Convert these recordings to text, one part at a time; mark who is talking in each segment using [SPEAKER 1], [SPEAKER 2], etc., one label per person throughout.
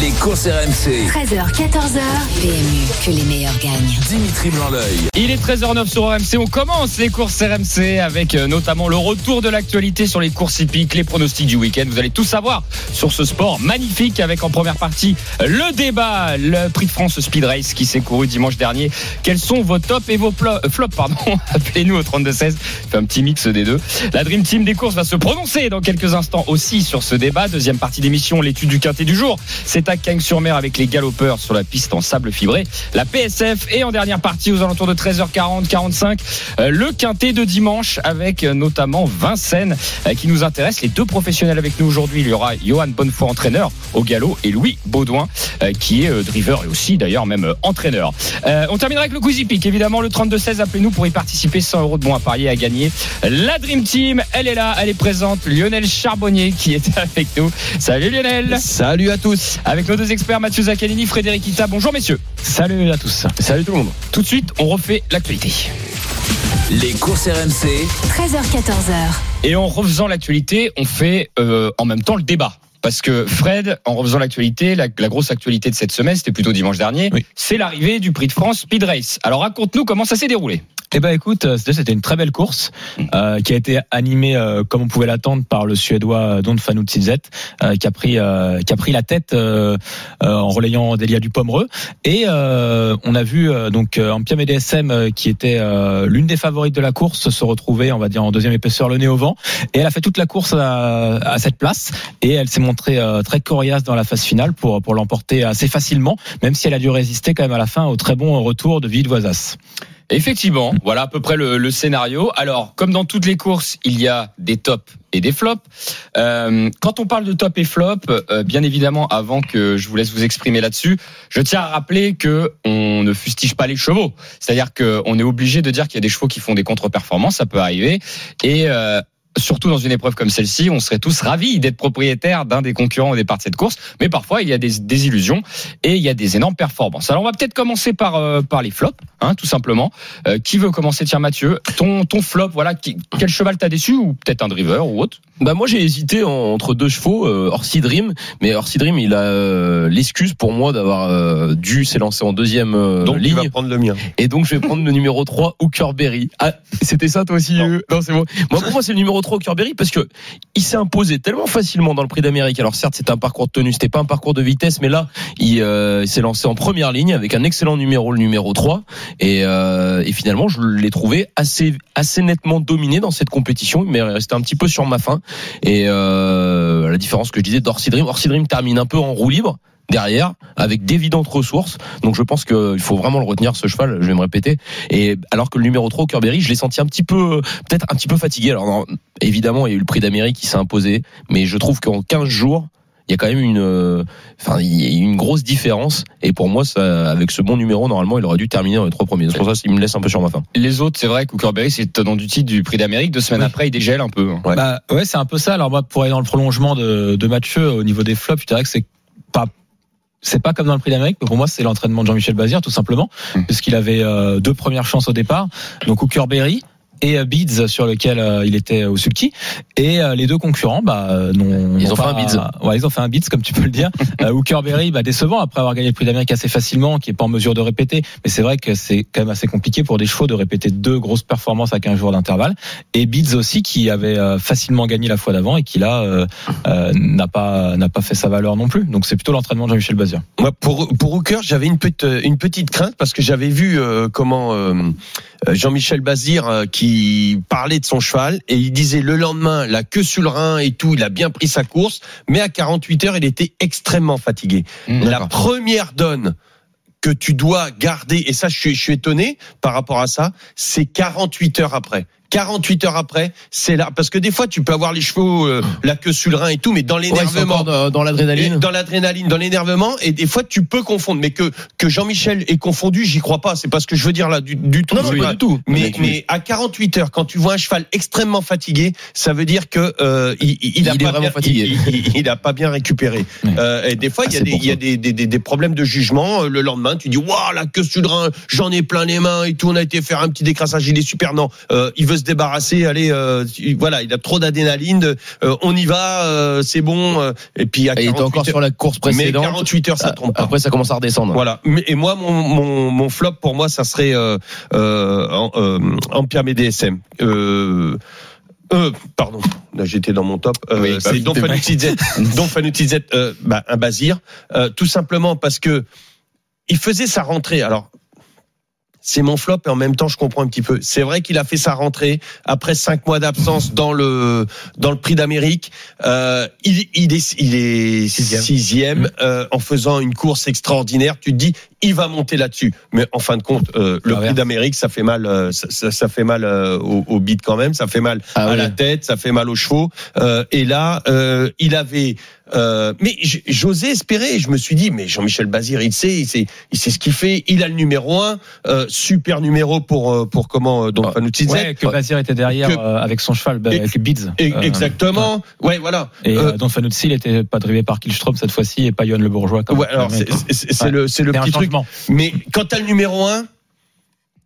[SPEAKER 1] Les courses RMC.
[SPEAKER 2] 13h, 14h, PMU, que les meilleurs gagnent.
[SPEAKER 1] Dimitri Blanc-L'œil.
[SPEAKER 3] Il est 13h09 sur RMC. On commence les courses RMC avec euh, notamment le retour de l'actualité sur les courses hippiques, les pronostics du week-end. Vous allez tout savoir sur ce sport magnifique avec en première partie euh, le débat, le Prix de France Speed Race qui s'est couru dimanche dernier. Quels sont vos tops et vos plo- euh, flops pardon Appelez-nous au 32-16. Fait un petit mix des deux. La Dream Team des courses va se prononcer dans quelques instants aussi sur ce débat. Deuxième partie d'émission, l'étude du quintet du jour. C'est à Cagnes-sur-Mer avec les galopeurs sur la piste en sable fibré. La PSF et en dernière partie aux alentours de 13h40, 45, euh, le quintet de dimanche avec euh, notamment Vincennes euh, qui nous intéresse. Les deux professionnels avec nous aujourd'hui, il y aura Johan Bonnefoy, entraîneur au galop, et Louis Baudouin euh, qui est euh, driver et aussi d'ailleurs même euh, entraîneur. Euh, on terminera avec le Quizy Pick. Évidemment, le 32-16, appelez-nous pour y participer. 100 euros de bons à parier à gagner. La Dream Team, elle est là, elle est présente. Lionel Charbonnier qui est avec nous. Salut Lionel.
[SPEAKER 4] Salut à tous.
[SPEAKER 3] Avec nos deux experts, Mathieu Zaccanini, Frédéric Ita. Bonjour messieurs. Salut à tous.
[SPEAKER 4] Salut tout le monde.
[SPEAKER 3] Tout de suite, on refait l'actualité.
[SPEAKER 1] Les courses RMC.
[SPEAKER 2] 13h, 14h,
[SPEAKER 3] Et en refaisant l'actualité, on fait euh, en même temps le débat. Parce que Fred, en refaisant l'actualité, la, la grosse actualité de cette semaine, c'était plutôt dimanche dernier,
[SPEAKER 4] Oui.
[SPEAKER 3] c'est l'arrivée du Prix de France Speed Race. Alors raconte-nous comment ça s'est déroulé.
[SPEAKER 4] Eh ben écoute, euh, c'était une très belle course
[SPEAKER 1] Mm.
[SPEAKER 4] euh, qui a été animée euh, comme on pouvait l'attendre par le Suédois euh, Don Fanuccinzet euh, qui a pris euh, qui a pris la tête euh, euh, en relayant Delia Dupomereux et euh, on a vu euh, donc euh, Ampiam et DSM euh, qui était euh, l'une des favorites de la course se retrouver on va dire en deuxième épaisseur le nez au vent et elle a fait toute la course à, à cette place et elle s'est montrée euh, très coriace dans la phase finale pour pour l'emporter assez facilement même si elle a dû résister quand même à la fin au très bon retour de Villevoisas.
[SPEAKER 3] Effectivement, voilà à peu près le, le scénario. Alors, comme dans toutes les courses, il y a des tops et des flops. Euh, quand on parle de top et flop, euh, bien évidemment, avant que je vous laisse vous exprimer là-dessus, je tiens à rappeler que on ne fustige pas les chevaux. C'est-à-dire qu'on est obligé de dire qu'il y a des chevaux qui font des contre-performances, ça peut arriver. Et euh, surtout dans une épreuve comme celle-ci, on serait tous ravis d'être propriétaire d'un des concurrents au départ de cette course. Mais parfois, il y a des, des illusions et il y a des énormes performances. Alors, on va peut-être commencer par, euh, par les flops, hein, tout simplement. Euh, qui veut commencer Tiens, Mathieu, ton, ton flop, voilà, qui- quel cheval t'as déçu ou peut-être un driver ou autre
[SPEAKER 5] Bah moi j'ai hésité en- entre deux chevaux, euh, Orsi Dream, mais Orsi Dream il a euh, l'excuse pour moi d'avoir euh, dû s'élancer en deuxième euh,
[SPEAKER 6] Donc il va
[SPEAKER 5] ligne
[SPEAKER 6] prendre le mien.
[SPEAKER 5] et donc je vais prendre le numéro 3 Hooker Berry. Ah, c'était ça toi aussi euh Non, c'est bon. Moi pour moi c'est le numéro 3 Hooker Berry parce que il s'est imposé tellement facilement dans le prix d'Amérique. Alors certes, c'est un parcours de tenue, c'était pas un parcours de vitesse mais là il, euh, il s'est lancé en première ligne avec un excellent numéro le numéro 3 et, euh, et finalement je l'ai trouvé assez assez nettement dominé dans cette compétition, mais resté un petit peu sur ma fin et euh, la différence que je disais d'Orsi Dream, Orsi Dream termine un peu en roue libre derrière avec d'évidentes ressources. Donc je pense qu'il faut vraiment le retenir ce cheval, je vais me répéter. Et alors que le numéro 3 Kerberry, je l'ai senti un petit peu euh, peut-être un petit peu fatigué. Alors non, évidemment, il y a eu le prix d'Amérique qui s'est imposé, mais je trouve qu'en 15 jours il y a quand même une, euh, enfin, il y a une grosse différence. Et pour moi, ça, avec ce bon numéro, normalement, il aurait dû terminer dans les trois premiers. C'est pour ça qu'il me laisse un peu sur ma fin.
[SPEAKER 3] Les autres, c'est vrai, Cooker Berry, c'est tenant du titre du prix d'Amérique. Deux semaines
[SPEAKER 4] Oui.
[SPEAKER 3] après, il dégèle un peu. hein.
[SPEAKER 5] Ouais.
[SPEAKER 4] Bah ouais, c'est un peu ça. Alors moi, pour aller dans le prolongement de, de Mathieu au niveau des flops, je dirais que c'est pas c'est pas comme dans le Prix d'Amérique, mais pour moi c'est l'entraînement de Jean-Michel Bazir tout simplement,
[SPEAKER 3] Mm.
[SPEAKER 4] puisqu'il avait euh, deux premières chances au départ, donc Hooker Berry et euh, Beads sur lequel euh, il était au sulky et euh, les deux concurrents bah euh, n'ont
[SPEAKER 5] Ils
[SPEAKER 4] n'ont
[SPEAKER 5] ont fait
[SPEAKER 4] pas-
[SPEAKER 5] un Beads.
[SPEAKER 4] Ouais, ils ont fait un Beads comme tu peux le dire. Euh, Hooker Berry bah décevant après avoir gagné le Prix d'Amérique assez facilement, qui est pas en mesure de répéter, mais c'est vrai que c'est quand même assez compliqué pour des chevaux de répéter deux grosses performances à 15 jours d'intervalle et Beats aussi qui avait euh, facilement gagné la fois d'avant et qui là euh, euh, n'a pas n'a pas fait sa valeur non plus. Donc c'est plutôt l'entraînement de Jean-Michel Bazir.
[SPEAKER 6] Moi, pour, pour Hooker, j'avais une petite, euh, une petite crainte parce que j'avais vu euh, comment euh, euh, Jean-Michel Bazir euh, qui parlait de son cheval et il disait le lendemain, la queue sur le rein et tout, il a bien pris sa course, mais à 48 heures, il était extrêmement fatigué.
[SPEAKER 3] Mmh,
[SPEAKER 6] la première donne que tu dois garder, et ça je suis, je suis étonné par rapport à ça, c'est 48 heures après. 48 heures après, c'est là. Parce que des fois, tu peux avoir les chevaux, euh, la queue sur le rein et tout, mais dans l'énervement.
[SPEAKER 5] dans, dans
[SPEAKER 6] Et
[SPEAKER 5] l'adrénaline.
[SPEAKER 6] dans l'adrénaline, dans l'énervement, et des fois tu peux confondre, mais que que Jean-Michel est confondu, j'y crois pas. C'est pas ce que je veux dire là du, du tout.
[SPEAKER 5] Non, non,
[SPEAKER 6] Oui.
[SPEAKER 5] pas du tout.
[SPEAKER 6] Mais, mais à 48 heures, quand tu vois un cheval extrêmement fatigué, ça veut dire que euh, il, il, il a
[SPEAKER 5] Il est
[SPEAKER 6] pas
[SPEAKER 5] vraiment
[SPEAKER 6] bien,
[SPEAKER 5] fatigué. Ah,
[SPEAKER 6] Il, il- il a pas bien récupéré.
[SPEAKER 4] Ouais.
[SPEAKER 6] Euh, et des fois, il y a,
[SPEAKER 5] c'est
[SPEAKER 6] des,
[SPEAKER 5] pour
[SPEAKER 6] il y a
[SPEAKER 5] ça.
[SPEAKER 6] des, des, des, des problèmes de jugement. Euh, Le lendemain, tu dis waouh la queue sous le rein, j'en ai plein les mains et tout. On a été faire un petit décrassage, il est super. Non, Euh, il veut se débarrasser. Allez, euh, il- voilà, il a trop d'adrénaline. Euh, on y va, euh, c'est bon. Euh, Et puis à
[SPEAKER 5] Et il était
[SPEAKER 6] 48
[SPEAKER 5] encore
[SPEAKER 6] heures-
[SPEAKER 5] sur Bah, la course
[SPEAKER 6] mais
[SPEAKER 5] précédente.
[SPEAKER 6] 48 heures, ça trompe pas.
[SPEAKER 5] Après, ça commence à redescendre.
[SPEAKER 6] Voilà. Mais- Et moi, mon, mon, mon flop pour moi, ça serait euh, euh, en- euh, Empire MDSM. Euh, euh, pardon, là j'étais dans mon top. Euh,
[SPEAKER 5] Oui, bah,
[SPEAKER 6] c'est Don
[SPEAKER 5] évidemment.
[SPEAKER 6] Fanutizet. Don Fanutizet, euh, bah, un Bazir. Euh, tout simplement parce que il faisait sa rentrée. Alors. C'est mon flop et en même temps je comprends un petit peu. C'est vrai qu'il a fait sa rentrée après cinq mois d'absence dans le dans le prix d'Amérique. Euh, il, il est il est sixième, euh, en faisant une course extraordinaire. Tu te dis il va monter là-dessus, mais en fin de compte euh, le
[SPEAKER 4] L'inverse.
[SPEAKER 6] prix d'Amérique ça fait mal euh, ça, ça- ça fait mal euh, au, au bide quand même, ça fait mal
[SPEAKER 5] Ah
[SPEAKER 6] à
[SPEAKER 5] ouais.
[SPEAKER 6] la tête, ça fait mal aux chevaux. Euh, et là euh, il avait euh, mais j- j'osais espérer. Je me suis dit, mais Jean-Michel Bazir, il sait, il sait, il sait ce qu'il fait. Il a le numéro un, euh, super numéro pour euh, pour comment euh, donc
[SPEAKER 5] Ah,
[SPEAKER 6] Fanucci Zet.
[SPEAKER 4] Ouais, que Bazir était derrière
[SPEAKER 6] Que-
[SPEAKER 4] euh, avec son cheval, bah,
[SPEAKER 6] Et-
[SPEAKER 4] avec Beads.
[SPEAKER 6] Et-
[SPEAKER 4] Euh,
[SPEAKER 6] Exactement. Ouais, voilà.
[SPEAKER 4] Et
[SPEAKER 6] Euh,
[SPEAKER 4] euh, Don Fanucci, il était pas drivé par Kilstrom cette fois-ci et pas Johan Le Bourgeois. comme-
[SPEAKER 6] ouais, alors c'est c'est- c'est
[SPEAKER 4] euh, Ouais.
[SPEAKER 6] le c'est le
[SPEAKER 4] C'est un
[SPEAKER 6] petit truc.
[SPEAKER 4] changement.
[SPEAKER 6] Mais quand t'as le numéro un,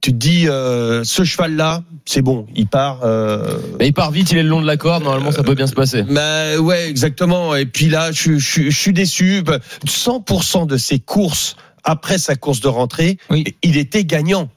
[SPEAKER 6] tu te dis euh, ce cheval là, c'est bon, il part. euh,
[SPEAKER 5] Mais il part vite, il est le long de la corde. Normalement, ça peut bien se passer.
[SPEAKER 6] Bah ouais, exactement. Et puis là, je, je, je suis déçu. 100% de ses courses après sa course de rentrée,
[SPEAKER 4] Oui.
[SPEAKER 6] il était gagnant.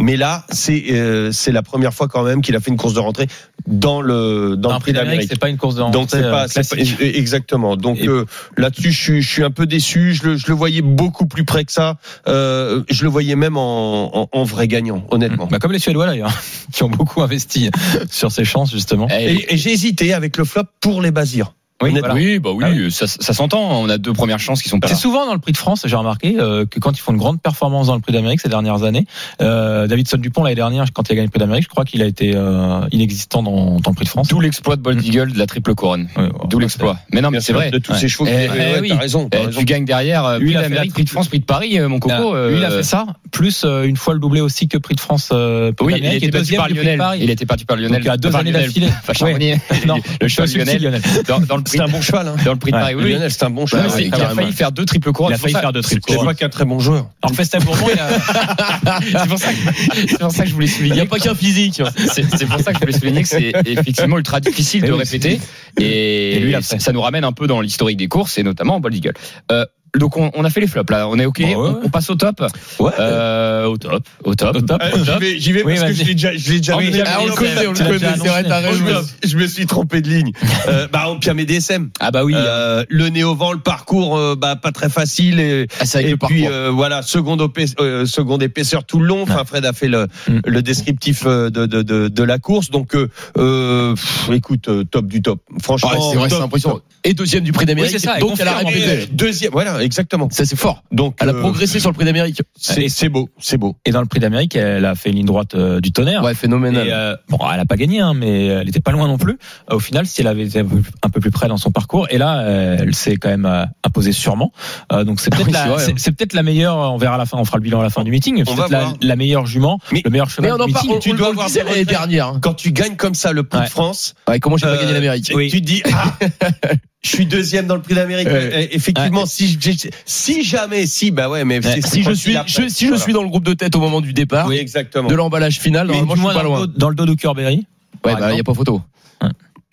[SPEAKER 6] Mais là, c'est euh, c'est la première fois quand même qu'il a fait une course de rentrée dans le dans
[SPEAKER 4] Un
[SPEAKER 6] le prix d'Amérique.
[SPEAKER 4] c'est pas une course de
[SPEAKER 6] Donc c'est
[SPEAKER 4] rentrée,
[SPEAKER 6] pas,
[SPEAKER 4] euh,
[SPEAKER 6] c'est pas- e,
[SPEAKER 4] classique.
[SPEAKER 6] exactement. Donc
[SPEAKER 4] Et-
[SPEAKER 6] euh, là-dessus, je, suis- je suis un peu déçu. Je le, je le voyais beaucoup plus près que ça. Euh, je le voyais même en, en, en vrai gagnant, honnêtement.
[SPEAKER 4] Bah, comme les Suédois d'ailleurs, qui ont beaucoup investi sur ces chances justement.
[SPEAKER 5] Eh,
[SPEAKER 6] Et, et j'ai hésité avec le flop pour les Basirs.
[SPEAKER 4] Oui,
[SPEAKER 6] honnêtement.
[SPEAKER 4] voilà.
[SPEAKER 3] Oui, bah oui,
[SPEAKER 4] Ah
[SPEAKER 3] ça, ça s'entend. On a deux premières chances qui sont pas.
[SPEAKER 4] C'est souvent dans le Prix de France, j'ai remarqué, euh, que quand ils font une grande performance dans le Prix d'Amérique ces dernières années, euh, Davidson Dupont l'année dernière, quand il a gagné le Prix d'Amérique, je crois qu'il a été euh, inexistant dans, dans le Prix de France.
[SPEAKER 3] D'où l'exploit de Bold Eagle de la triple couronne.
[SPEAKER 4] Ouais,
[SPEAKER 3] D'où l'exploit. Mais non, mais c'est vrai.
[SPEAKER 6] De tous
[SPEAKER 4] Ouais.
[SPEAKER 6] ces chevaux.
[SPEAKER 3] Eh,
[SPEAKER 6] Ouais,
[SPEAKER 3] eh
[SPEAKER 6] ouais,
[SPEAKER 3] oui.
[SPEAKER 6] T'as raison. t'as
[SPEAKER 3] Eh,
[SPEAKER 6] raison.
[SPEAKER 3] tu gagnes derrière euh,
[SPEAKER 4] Lui,
[SPEAKER 3] prix
[SPEAKER 4] il a fait
[SPEAKER 3] d'Amérique,
[SPEAKER 4] la-
[SPEAKER 3] prix de France, prix de Paris, euh, mon
[SPEAKER 4] Là,
[SPEAKER 3] coco.
[SPEAKER 4] lui, il a
[SPEAKER 3] euh,
[SPEAKER 4] fait ça, plus euh, une fois le doublé aussi que Prix de France. euh, Prix
[SPEAKER 3] Oui, il
[SPEAKER 4] d'Amérique
[SPEAKER 3] était
[SPEAKER 4] et
[SPEAKER 3] battu
[SPEAKER 4] deuxième
[SPEAKER 3] par
[SPEAKER 4] du Prix de
[SPEAKER 3] Lionel.
[SPEAKER 4] Paris.
[SPEAKER 3] Il était parti par Lionel.
[SPEAKER 4] Donc, à deux
[SPEAKER 3] Par
[SPEAKER 4] années
[SPEAKER 3] Lionel.
[SPEAKER 4] d'affilée.
[SPEAKER 3] Enfin, Charbonnier.
[SPEAKER 4] Non,
[SPEAKER 3] le
[SPEAKER 4] Pas
[SPEAKER 3] cheval
[SPEAKER 4] celui-ci,
[SPEAKER 3] Lionel.
[SPEAKER 4] Lionel.
[SPEAKER 3] Dans, dans le prix,
[SPEAKER 6] C'est un bon cheval. Hein.
[SPEAKER 3] dans le prix de
[SPEAKER 4] Ouais.
[SPEAKER 3] Paris. Eh Oui, oui.
[SPEAKER 6] Lionel, c'est un bon
[SPEAKER 3] Ouais,
[SPEAKER 6] cheval.
[SPEAKER 3] c'est-
[SPEAKER 6] ouais,
[SPEAKER 3] il a
[SPEAKER 6] carrément.
[SPEAKER 3] failli faire deux triples couronnes.
[SPEAKER 4] Il a
[SPEAKER 3] c'est pour
[SPEAKER 4] failli
[SPEAKER 3] ça.
[SPEAKER 4] faire deux triples
[SPEAKER 6] C'est
[SPEAKER 4] couronnes.
[SPEAKER 6] pas qu'un très bon joueur.
[SPEAKER 4] Alors Festa Bourbon, il a-
[SPEAKER 3] C'est pour ça que- c'est pour ça que je voulais souligner.
[SPEAKER 5] Il n'y a pas qu'un physique.
[SPEAKER 3] C'est c'est pour ça que je voulais souligner que c'est effectivement ultra difficile
[SPEAKER 4] Et
[SPEAKER 3] de
[SPEAKER 4] oui,
[SPEAKER 3] répéter.
[SPEAKER 4] Et
[SPEAKER 3] Et,
[SPEAKER 4] lui, il a
[SPEAKER 3] ça
[SPEAKER 4] fait.
[SPEAKER 3] ça nous ramène un peu dans l'historique des courses et notamment en Bold Eagle. Euh, donc on, on a fait les flops là, on est ok,
[SPEAKER 4] Bah ouais,
[SPEAKER 3] on,
[SPEAKER 4] ouais.
[SPEAKER 3] on passe au top.
[SPEAKER 4] Ouais.
[SPEAKER 3] Euh, au top, au top.
[SPEAKER 4] Au top.
[SPEAKER 6] Euh, J'y vais, j'y vais
[SPEAKER 4] Oui,
[SPEAKER 6] parce que
[SPEAKER 4] vas-y.
[SPEAKER 6] je l'ai déjà, je l'ai déjà
[SPEAKER 3] Ah,
[SPEAKER 6] mis.
[SPEAKER 3] on l'a-
[SPEAKER 6] Ah, on
[SPEAKER 3] on le
[SPEAKER 6] le
[SPEAKER 3] connaît,
[SPEAKER 6] connaît, on le
[SPEAKER 4] Tu l'as déjà
[SPEAKER 6] connaît.
[SPEAKER 4] annoncé.
[SPEAKER 5] c'est vrai, t'as
[SPEAKER 6] Oh, je,
[SPEAKER 5] raison.
[SPEAKER 6] me, je me suis trompé de ligne. Euh, bah, Empire DSM.
[SPEAKER 3] Ah bah
[SPEAKER 5] hein.
[SPEAKER 3] oui.
[SPEAKER 6] Euh, le nez au vent, le parcours, euh, bah, pas très facile. Et,
[SPEAKER 5] Ah, c'est avec
[SPEAKER 6] et
[SPEAKER 5] le
[SPEAKER 6] puis
[SPEAKER 5] parcours.
[SPEAKER 6] euh, voilà, seconde, opé- euh, seconde épaisseur tout le long. Enfin, Fred a fait le,
[SPEAKER 4] Mm.
[SPEAKER 6] le descriptif euh, de, de, de, de la course. Donc, euh, euh, pff, écoute, euh, top du top. Franchement,
[SPEAKER 5] Ah, c'est vrai,
[SPEAKER 6] top
[SPEAKER 5] c'est impressionnant.
[SPEAKER 6] du
[SPEAKER 5] Et deuxième du prix d'Amérique.
[SPEAKER 4] Oui, c'est ça, elle
[SPEAKER 5] donc elle a
[SPEAKER 4] confirme,
[SPEAKER 6] top.
[SPEAKER 5] répété.
[SPEAKER 6] Et deuxième, voilà, exactement.
[SPEAKER 5] Ça, c'est fort.
[SPEAKER 6] Donc,
[SPEAKER 5] Elle a
[SPEAKER 6] euh,
[SPEAKER 5] progressé sur le prix d'Amérique.
[SPEAKER 6] c'est c'est beau, c'est beau.
[SPEAKER 4] Et dans le Prix d'Amérique, elle a fait une ligne droite euh, du tonnerre.
[SPEAKER 5] Ouais,
[SPEAKER 4] Et,
[SPEAKER 5] phénoménal.
[SPEAKER 4] euh, bon, elle a pas gagné, hein, mais elle était pas loin non plus. Euh, Au final, si elle avait été un peu- un peu plus près dans son parcours, et là, euh, elle s'est quand même euh, imposée sûrement. Euh, donc c'est peut-être
[SPEAKER 5] Oui, c'est
[SPEAKER 4] la,
[SPEAKER 5] vrai,
[SPEAKER 4] c'est-
[SPEAKER 5] hein.
[SPEAKER 4] c'est peut-être la meilleure. On verra à la fin, on fera le bilan à la fin du meeting. C'est
[SPEAKER 6] On va
[SPEAKER 4] peut-être la,
[SPEAKER 6] voir.
[SPEAKER 4] la meilleure jument,
[SPEAKER 6] Mais-
[SPEAKER 4] le meilleur chemin
[SPEAKER 5] Mais on
[SPEAKER 4] du
[SPEAKER 5] en
[SPEAKER 4] meeting.
[SPEAKER 5] parle, on,
[SPEAKER 6] tu
[SPEAKER 5] on
[SPEAKER 6] dois
[SPEAKER 5] le
[SPEAKER 6] avoir
[SPEAKER 5] disait
[SPEAKER 6] des
[SPEAKER 5] l'année
[SPEAKER 6] regrets.
[SPEAKER 5] dernière. hein.
[SPEAKER 6] Quand tu gagnes comme ça le Prix
[SPEAKER 4] Ouais.
[SPEAKER 6] de France,
[SPEAKER 5] Ouais, comment j'ai pas
[SPEAKER 6] Euh,
[SPEAKER 5] gagné l'Amérique
[SPEAKER 6] Et Tu te dis, ah, je suis deuxième dans le prix d'Amérique.
[SPEAKER 5] Ouais.
[SPEAKER 6] Eh, Effectivement, si, j'ai- si jamais, si, bah ouais, mais
[SPEAKER 4] Ouais.
[SPEAKER 6] c'est-
[SPEAKER 5] Si
[SPEAKER 6] c'est
[SPEAKER 5] je
[SPEAKER 6] quand
[SPEAKER 5] suis,
[SPEAKER 6] il apprend.
[SPEAKER 5] je- si je
[SPEAKER 6] Voilà.
[SPEAKER 5] suis dans le groupe de tête au moment du départ,
[SPEAKER 6] oui, exactement.
[SPEAKER 5] de l'emballage final,
[SPEAKER 4] Mais
[SPEAKER 5] normalement
[SPEAKER 4] du
[SPEAKER 5] je
[SPEAKER 4] moins
[SPEAKER 5] suis pas
[SPEAKER 4] dans,
[SPEAKER 5] loin.
[SPEAKER 4] Le dos, dans le dos de Curberry,
[SPEAKER 5] Ouais,
[SPEAKER 4] par
[SPEAKER 5] bah, il n'y a
[SPEAKER 4] exemple.
[SPEAKER 5] pas photo.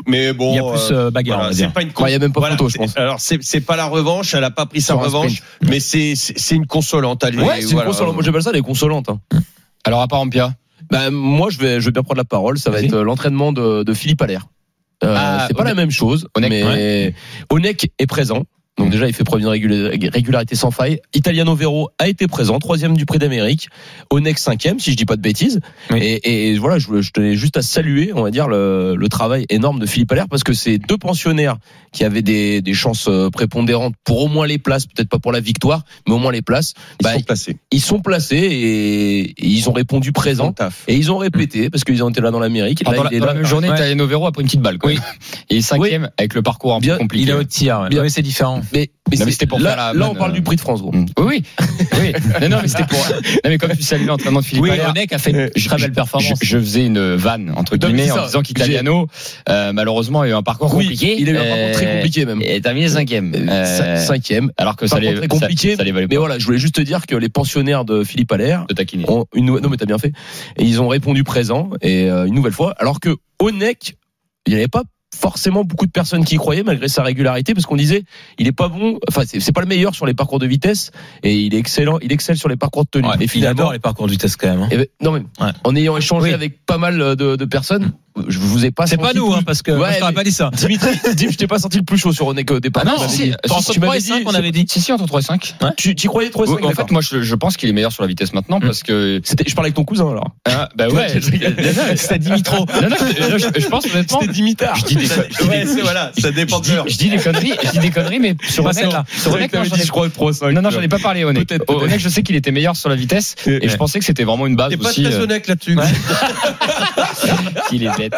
[SPEAKER 6] Mais bon,
[SPEAKER 4] il y a plus
[SPEAKER 6] euh,
[SPEAKER 4] euh, bagarre.
[SPEAKER 6] voilà,
[SPEAKER 4] on va
[SPEAKER 6] c'est
[SPEAKER 4] dire.
[SPEAKER 6] pas une course.
[SPEAKER 5] Ouais, Il n'y a même pas
[SPEAKER 6] Voilà,
[SPEAKER 5] photo, je
[SPEAKER 6] c'est-
[SPEAKER 5] pense.
[SPEAKER 6] Alors c'est c'est pas la revanche, elle a pas pris sa
[SPEAKER 5] Sur un
[SPEAKER 6] revanche, mais c'est c'est c'est une consolante. Allez,
[SPEAKER 5] Ouais, c'est une
[SPEAKER 6] voilà.
[SPEAKER 5] consolante. Moi, j'appelle ça des consolantes. hein.
[SPEAKER 3] Alors à part Ampia.
[SPEAKER 5] Bah, moi, je vais, je vais bien prendre la parole. Ça va
[SPEAKER 4] Vas-y.
[SPEAKER 5] être euh, l'entraînement de, de Philippe Allaire. Euh,
[SPEAKER 3] Ah,
[SPEAKER 5] c'est pas
[SPEAKER 3] Onek.
[SPEAKER 5] la même chose,
[SPEAKER 3] Onek,
[SPEAKER 5] mais Onek est présent. Donc déjà, il fait preuve d'une régula- régularité sans faille. Italiano Vero a été présent, troisième du Prix d'Amérique, Onex cinquième, si je dis pas de bêtises.
[SPEAKER 4] Oui.
[SPEAKER 5] Et, et voilà, je, voulais- je tenais juste à saluer, on va dire, le, le travail énorme de Philippe Allaire, parce que c'est deux pensionnaires qui avaient des, des chances euh, prépondérantes pour au moins les places, peut-être pas pour la victoire, mais au moins les places.
[SPEAKER 6] Ils
[SPEAKER 5] Bah,
[SPEAKER 6] sont placés.
[SPEAKER 5] ils sont placés et, et ils ont répondu
[SPEAKER 6] Ils ont le
[SPEAKER 5] présent.
[SPEAKER 6] taf.
[SPEAKER 5] Et ils ont répété, parce qu'ils ont été là dans l'amérique.
[SPEAKER 3] Ah, Dans
[SPEAKER 5] Là,
[SPEAKER 3] la,
[SPEAKER 5] il est
[SPEAKER 3] dans la
[SPEAKER 5] là.
[SPEAKER 3] même journée,
[SPEAKER 4] Euh, Ouais.
[SPEAKER 3] Italiano Vero a pris une petite balle. Quoi.
[SPEAKER 4] Oui.
[SPEAKER 3] Et cinquième avec le parcours un peu
[SPEAKER 5] Bien,
[SPEAKER 3] compliqué.
[SPEAKER 4] Il est au tir.
[SPEAKER 5] Bien.
[SPEAKER 4] Oui, c'est différent.
[SPEAKER 5] Mais, mais
[SPEAKER 3] Non, mais
[SPEAKER 5] c'est-
[SPEAKER 3] c'était pour
[SPEAKER 5] là,
[SPEAKER 3] faire la
[SPEAKER 5] là, on
[SPEAKER 3] bonne,
[SPEAKER 5] parle
[SPEAKER 3] euh,
[SPEAKER 5] du prix de France, gros.
[SPEAKER 3] Mm. Oui, oui. oui. Non, non, mais c'était pour. Non, mais comme tu salues l'entraînement de Philippe
[SPEAKER 4] Oui,
[SPEAKER 3] Allaire,
[SPEAKER 4] Onek a fait
[SPEAKER 3] euh,
[SPEAKER 4] une très belle performance.
[SPEAKER 3] Je, je faisais une vanne, entre
[SPEAKER 5] Non, mais
[SPEAKER 3] guillemets,
[SPEAKER 5] c'est
[SPEAKER 3] en
[SPEAKER 5] ça.
[SPEAKER 3] disant qu'Italiano, euh, malheureusement, a eu un parcours
[SPEAKER 5] Oui,
[SPEAKER 3] compliqué. Euh,
[SPEAKER 5] il a eu un parcours très compliqué, même.
[SPEAKER 3] Et a terminé cinquième.
[SPEAKER 5] Euh,
[SPEAKER 3] Euh,
[SPEAKER 5] cin- Cinquième.
[SPEAKER 3] alors que ça
[SPEAKER 5] parcours
[SPEAKER 3] les,
[SPEAKER 5] très compliqué,
[SPEAKER 3] ça, ça les valait
[SPEAKER 5] Mais
[SPEAKER 3] pas
[SPEAKER 5] voilà, je voulais juste te dire que les pensionnaires de Philippe Allaire
[SPEAKER 3] de taquiner.
[SPEAKER 5] ont une nouvelle. Non, mais t'as bien fait. Et ils ont répondu présent et euh, une nouvelle fois. Alors que Onek, il n'y avait pas forcément beaucoup de personnes qui y croyaient malgré sa régularité parce qu'on disait il est pas bon enfin c'est c'est pas le meilleur sur les parcours de vitesse et il est excellent il excelle sur les parcours de tenue
[SPEAKER 4] Ouais,
[SPEAKER 5] et
[SPEAKER 4] il
[SPEAKER 5] finalement
[SPEAKER 4] adore les parcours du test quand même. hein.
[SPEAKER 5] eh ben, non mais
[SPEAKER 4] Ouais.
[SPEAKER 5] en ayant échangé
[SPEAKER 4] Oui.
[SPEAKER 5] avec pas mal euh, de, de personnes je vous ai pas
[SPEAKER 4] C'est pas
[SPEAKER 5] senti
[SPEAKER 4] nous,
[SPEAKER 5] plus-
[SPEAKER 4] hein, parce que
[SPEAKER 5] Ouais,
[SPEAKER 4] moi, je t'aurais
[SPEAKER 5] mais-
[SPEAKER 4] pas dit ça.
[SPEAKER 5] Dimitri, Dim, je t'ai pas senti le plus chaud sur Onek au départ.
[SPEAKER 3] Ah non,
[SPEAKER 5] Tu m'avais
[SPEAKER 3] si,
[SPEAKER 5] dit-
[SPEAKER 3] si,
[SPEAKER 4] Entre
[SPEAKER 5] tu m'avais
[SPEAKER 4] 3 et 5,
[SPEAKER 5] dit-
[SPEAKER 4] on avait dit.
[SPEAKER 3] Si, si, entre 3 et 5.
[SPEAKER 5] Tu, tu croyais trop
[SPEAKER 3] en fait, moi, je, je pense qu'il est meilleur sur la vitesse maintenant parce que.
[SPEAKER 5] c'était, je parlais avec ton cousin alors.
[SPEAKER 3] Hein, bah ouais. C'était
[SPEAKER 5] hein.
[SPEAKER 3] Dimitro. Non, non, je, je pense honnêtement.
[SPEAKER 5] C'était Dimitar.
[SPEAKER 3] Je dis des, je dis des-
[SPEAKER 6] voilà, ça dépend
[SPEAKER 3] je dis- je dis des conneries, je dis des conneries, mais sur
[SPEAKER 4] Pas
[SPEAKER 3] Onek,
[SPEAKER 4] celle-là.
[SPEAKER 3] sur Onek, non, j'en ai-
[SPEAKER 5] crois pro 5.
[SPEAKER 3] non, non,
[SPEAKER 6] euh,
[SPEAKER 3] j'en ai pas parlé, Onek.
[SPEAKER 5] Peut-être, peut-être.
[SPEAKER 3] Onek, je sais qu'il était meilleur sur la vitesse, et je pensais que c'était vraiment une base
[SPEAKER 6] T'es pas
[SPEAKER 3] aussi.
[SPEAKER 6] très
[SPEAKER 3] euh,
[SPEAKER 6] honnête là-dessus.
[SPEAKER 3] Il est bête.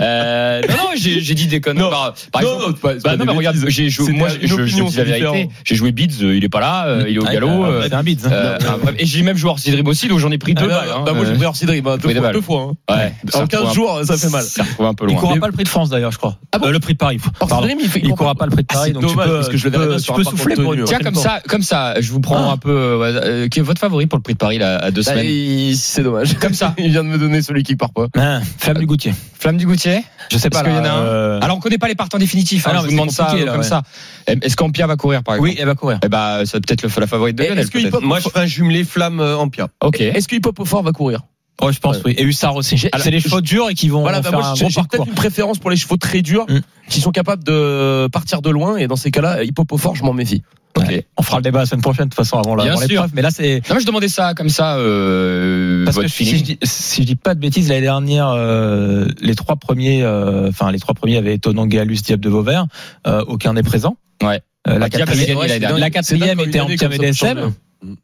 [SPEAKER 3] Euh, non, non, j'ai j'ai dit des conneries.
[SPEAKER 5] Non.
[SPEAKER 3] par, par
[SPEAKER 5] Non,
[SPEAKER 3] exemple,
[SPEAKER 5] non, c'est pas
[SPEAKER 3] bah non, mais
[SPEAKER 5] des
[SPEAKER 3] regarde, j'ai joué,
[SPEAKER 5] C'était
[SPEAKER 3] moi,
[SPEAKER 5] une
[SPEAKER 3] je, je
[SPEAKER 5] opinion, Ah,
[SPEAKER 3] dis la
[SPEAKER 5] c'est différent.
[SPEAKER 3] vérité. J'ai joué Beats, euh, il est pas là, euh, il est au
[SPEAKER 4] Ouais,
[SPEAKER 3] galop.
[SPEAKER 4] euh,
[SPEAKER 3] euh,
[SPEAKER 4] C'est un bid.
[SPEAKER 3] euh, enfin, et j'ai même joué hors Sidrim aussi, donc j'en ai pris deux balles. hein.
[SPEAKER 5] Bah, moi, j'ai pris hors Sidri, bah,
[SPEAKER 3] Oui,
[SPEAKER 5] deux
[SPEAKER 3] des
[SPEAKER 5] fois.
[SPEAKER 3] balles.
[SPEAKER 5] Deux fois hein.
[SPEAKER 3] Ouais, ça
[SPEAKER 5] En
[SPEAKER 3] retrouve
[SPEAKER 5] 15
[SPEAKER 3] un-
[SPEAKER 5] jours, ça fait mal.
[SPEAKER 3] Ça retrouve un peu
[SPEAKER 4] Il
[SPEAKER 3] loin.
[SPEAKER 4] courra pas le prix de France d'ailleurs, je crois.
[SPEAKER 5] Ah bon
[SPEAKER 4] Euh, le prix de Paris.
[SPEAKER 5] Hors
[SPEAKER 4] Pardon.
[SPEAKER 5] Sidri, mais fait-
[SPEAKER 4] Il courra
[SPEAKER 5] comprend-
[SPEAKER 4] pas le prix de
[SPEAKER 5] Ah,
[SPEAKER 4] Paris,
[SPEAKER 5] c'est
[SPEAKER 4] donc tu
[SPEAKER 5] dommage,
[SPEAKER 4] peux,
[SPEAKER 5] parce que je le
[SPEAKER 4] tu
[SPEAKER 5] verrai
[SPEAKER 4] peux-
[SPEAKER 5] bien
[SPEAKER 4] tu
[SPEAKER 5] sur un
[SPEAKER 4] peux
[SPEAKER 5] parcours
[SPEAKER 4] souffler
[SPEAKER 5] de
[SPEAKER 4] pour
[SPEAKER 5] tenue,
[SPEAKER 4] une
[SPEAKER 3] Tiens, comme ça, comme ça, je vous prends
[SPEAKER 4] Ah.
[SPEAKER 3] un peu. euh, euh, qui est votre favori pour le prix de Paris là, à deux
[SPEAKER 5] Bah,
[SPEAKER 3] semaines
[SPEAKER 5] il- C'est dommage.
[SPEAKER 3] Comme ça.
[SPEAKER 5] Il vient de me donner celui qui part pas.
[SPEAKER 4] Ah, Flamme du Goutier.
[SPEAKER 3] Flamme du Goutier
[SPEAKER 4] Je sais pas.
[SPEAKER 3] Parce qu'il
[SPEAKER 4] là,
[SPEAKER 3] y en a un.
[SPEAKER 4] euh,
[SPEAKER 3] Alors, on connaît pas les partants définitifs.
[SPEAKER 4] Ah
[SPEAKER 3] hein,
[SPEAKER 4] non,
[SPEAKER 3] je vous
[SPEAKER 4] mais
[SPEAKER 3] demande
[SPEAKER 4] c'est
[SPEAKER 3] ça
[SPEAKER 4] compliqué,
[SPEAKER 3] euh,
[SPEAKER 4] là,
[SPEAKER 3] comme
[SPEAKER 4] ouais.
[SPEAKER 3] ça. Est-ce qu'Ampia va courir par exemple
[SPEAKER 4] Oui, elle va courir.
[SPEAKER 3] Eh ben, c'est peut-être le- la favorite de
[SPEAKER 5] Et
[SPEAKER 3] Lionel.
[SPEAKER 5] Eh, est-ce qu'il
[SPEAKER 3] peut-être.
[SPEAKER 5] peut-
[SPEAKER 6] Moi, je ferai un jumelé flamme euh, Ampia.
[SPEAKER 3] Ok.
[SPEAKER 5] Est-ce que Hip Hop au fort va courir
[SPEAKER 4] Oh, je pense, oui. Et Hussard aussi.
[SPEAKER 5] Alors,
[SPEAKER 4] C'est les chevaux durs et qui vont
[SPEAKER 5] Voilà, bah,
[SPEAKER 4] faire
[SPEAKER 5] moi,
[SPEAKER 4] un
[SPEAKER 5] j'ai
[SPEAKER 4] gros
[SPEAKER 5] j'ai peut-être
[SPEAKER 4] parcours.
[SPEAKER 5] une préférence pour les chevaux très durs
[SPEAKER 4] Mm.
[SPEAKER 5] qui sont capables de partir de loin. Et dans ces cas-là, Hip Hop au fort, je m'en méfie.
[SPEAKER 3] Ok.
[SPEAKER 4] On fera le débat la semaine prochaine, de toute façon, avant la-
[SPEAKER 3] Bien
[SPEAKER 4] avant
[SPEAKER 3] sûr.
[SPEAKER 4] l'épreuve. Mais là, c'est.
[SPEAKER 3] Non, mais je demandais ça comme ça. Euh,
[SPEAKER 4] Parce que
[SPEAKER 3] votre
[SPEAKER 4] si
[SPEAKER 3] feeling.
[SPEAKER 4] je, dis, si je dis pas de bêtises, l'année dernière, euh, les trois premiers, euh, enfin les trois premiers avaient Tonan Gallus, Diable de Vauvert, euh, aucun n'est présent.
[SPEAKER 3] Ouais.
[SPEAKER 4] Euh, la,
[SPEAKER 3] Ah, Diable
[SPEAKER 4] quatrième,
[SPEAKER 3] avait gagné l'année
[SPEAKER 4] la
[SPEAKER 3] dernière.
[SPEAKER 5] C'est dingue
[SPEAKER 4] quatrième
[SPEAKER 5] comme
[SPEAKER 4] était
[SPEAKER 5] une
[SPEAKER 4] en
[SPEAKER 5] année
[SPEAKER 4] Piam
[SPEAKER 5] comme ça peut changer.
[SPEAKER 4] DSM.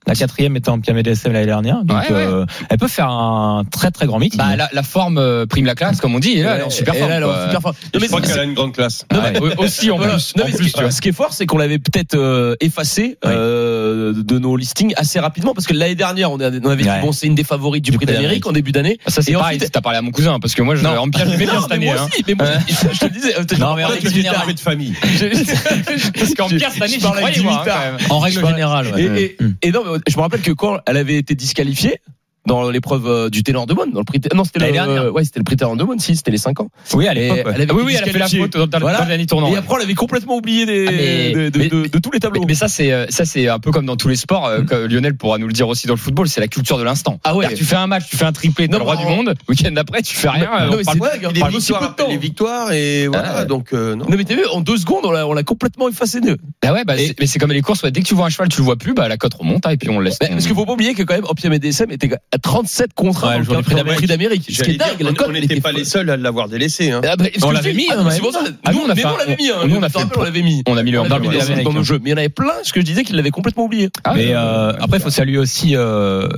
[SPEAKER 4] La quatrième était en Piam DSM l'année dernière. Donc,
[SPEAKER 3] Ouais, ouais.
[SPEAKER 4] euh, elle peut faire un très très grand meeting.
[SPEAKER 3] Bah, la, la forme euh, prime la classe, comme on dit. Et là, elle est en super
[SPEAKER 5] Et
[SPEAKER 3] forme.
[SPEAKER 5] là, elle est en
[SPEAKER 3] quoi.
[SPEAKER 5] super forme. Non,
[SPEAKER 6] Je
[SPEAKER 5] mais
[SPEAKER 6] crois
[SPEAKER 5] c'est-
[SPEAKER 6] qu'elle a une grande classe.
[SPEAKER 3] Ah ouais. Au- Aussi en
[SPEAKER 5] Voilà.
[SPEAKER 3] plus.
[SPEAKER 5] Non,
[SPEAKER 3] en
[SPEAKER 5] mais ce,
[SPEAKER 3] plus, tu vois.
[SPEAKER 5] qui, ce qui est fort, c'est qu'on l'avait peut-être euh, effacé
[SPEAKER 4] Oui.
[SPEAKER 5] euh, de nos listings assez rapidement, parce que l'année dernière, on avait, on avait
[SPEAKER 4] Ouais.
[SPEAKER 5] dit bon, c'est une des favorites du,
[SPEAKER 4] Du
[SPEAKER 5] Prix
[SPEAKER 4] Prix
[SPEAKER 5] d'Amérique en début d'année.
[SPEAKER 3] Ça, c'est
[SPEAKER 5] Et
[SPEAKER 3] pareil.
[SPEAKER 5] ensuite-
[SPEAKER 3] T'as parlé à mon cousin, parce que moi, je, en Pierre, je l'aimais bien cette année.
[SPEAKER 5] moi
[SPEAKER 3] hein.
[SPEAKER 5] aussi, mais moi, je, je te le disais. euh,
[SPEAKER 4] Non, mais en
[SPEAKER 5] je-
[SPEAKER 4] règle
[SPEAKER 5] je-
[SPEAKER 4] générale,
[SPEAKER 6] Armée de famille.
[SPEAKER 5] je-
[SPEAKER 3] Parce qu'en Pierre, cette année,
[SPEAKER 5] je
[SPEAKER 3] j'y
[SPEAKER 5] parlais
[SPEAKER 3] croyais,
[SPEAKER 5] avec
[SPEAKER 3] moi, hein,
[SPEAKER 5] Dimitar.
[SPEAKER 3] quand même.
[SPEAKER 4] en règle
[SPEAKER 5] je-
[SPEAKER 4] générale. ouais.
[SPEAKER 5] Et, et-
[SPEAKER 4] Hum.
[SPEAKER 5] et non, mais je me rappelle que quand elle avait été disqualifiée dans l'épreuve euh, du Taylor de Bonne, dans le prix, non, c'était le,
[SPEAKER 4] L'année dernière.
[SPEAKER 5] euh, ouais, c'était le prix Taylor de Bonne, si, c'était les 5 ans.
[SPEAKER 4] Oui, à
[SPEAKER 5] Et
[SPEAKER 4] l'époque. ouais.
[SPEAKER 5] elle avait
[SPEAKER 3] Ah oui,
[SPEAKER 5] été
[SPEAKER 3] oui, elle a fait la
[SPEAKER 5] disqualifiée.
[SPEAKER 3] faute dans, dans,
[SPEAKER 5] Voilà.
[SPEAKER 3] dans le dernier tournant.
[SPEAKER 5] Et après, on l'avait complètement oublié des-
[SPEAKER 3] Ah, mais-
[SPEAKER 5] de, de-
[SPEAKER 3] mais-
[SPEAKER 5] de- de tous les
[SPEAKER 3] Mais,
[SPEAKER 5] tableaux.
[SPEAKER 3] mais ça, c'est euh, ça, c'est un peu comme dans tous les sports. euh, que Lionel pourra nous le dire aussi dans le football. C'est la culture de l'instant.
[SPEAKER 5] Mm. Ah ouais.
[SPEAKER 3] C'est-à-dire, Tu fais un match, tu fais un triplé, t'es
[SPEAKER 5] Non,
[SPEAKER 3] le roi
[SPEAKER 5] mais
[SPEAKER 3] du
[SPEAKER 5] en-
[SPEAKER 3] monde. Week-end d'après, tu fais rien. euh,
[SPEAKER 5] Non,
[SPEAKER 3] on
[SPEAKER 5] mais
[SPEAKER 3] parle
[SPEAKER 5] c'est dingue, hein.
[SPEAKER 6] Les
[SPEAKER 5] Parle aussi
[SPEAKER 6] victoires
[SPEAKER 5] peu de temps.
[SPEAKER 6] appellent les victoires et voilà.
[SPEAKER 3] Ah.
[SPEAKER 6] donc, euh, non.
[SPEAKER 5] Non mais t'as vu, en deux secondes, on l'a, on l'a complètement effacé de.
[SPEAKER 3] Bah ouais, bah
[SPEAKER 5] Et-
[SPEAKER 3] c'est- mais c'est comme les courses. ouais, dès que tu vois un cheval, tu le vois plus, bah la cote remonte hein, et puis on le laisse.
[SPEAKER 5] Bah, parce qu'il faut pas oublier que quand même, Opium et DSM étaient à 37 contrats
[SPEAKER 4] Ouais, le
[SPEAKER 5] dans le
[SPEAKER 4] jour du
[SPEAKER 5] cadre
[SPEAKER 4] Prix
[SPEAKER 5] du Prix d'Amérique. Ce qui est
[SPEAKER 6] J'allais
[SPEAKER 5] dingue,
[SPEAKER 6] dire,
[SPEAKER 5] la
[SPEAKER 6] on-
[SPEAKER 5] cote
[SPEAKER 6] on n'était
[SPEAKER 5] était
[SPEAKER 6] pas
[SPEAKER 5] folle.
[SPEAKER 6] les seuls à l'avoir délaissé. hein.
[SPEAKER 5] Ah bah, parce
[SPEAKER 4] On
[SPEAKER 5] que je
[SPEAKER 4] l'avait
[SPEAKER 5] dis-
[SPEAKER 4] mis,
[SPEAKER 5] ah,
[SPEAKER 4] hein,
[SPEAKER 5] c'est
[SPEAKER 4] ouais.
[SPEAKER 5] pour ça.
[SPEAKER 3] Ah,
[SPEAKER 5] nous,
[SPEAKER 3] nous, on a
[SPEAKER 5] mais
[SPEAKER 3] fait
[SPEAKER 5] on
[SPEAKER 3] un-
[SPEAKER 5] l'avait mis. hein.
[SPEAKER 3] nous, on a fait un
[SPEAKER 5] on l'avait mis.
[SPEAKER 3] on a mis le
[SPEAKER 5] On l'avait
[SPEAKER 3] handicap.
[SPEAKER 5] mis
[SPEAKER 4] ouais.
[SPEAKER 5] dans le jeu. Mais il y en avait plein, ce que je disais, qu'il l'avait complètement oublié.
[SPEAKER 3] Ah,
[SPEAKER 4] Mais euh, après, il faut saluer aussi euh,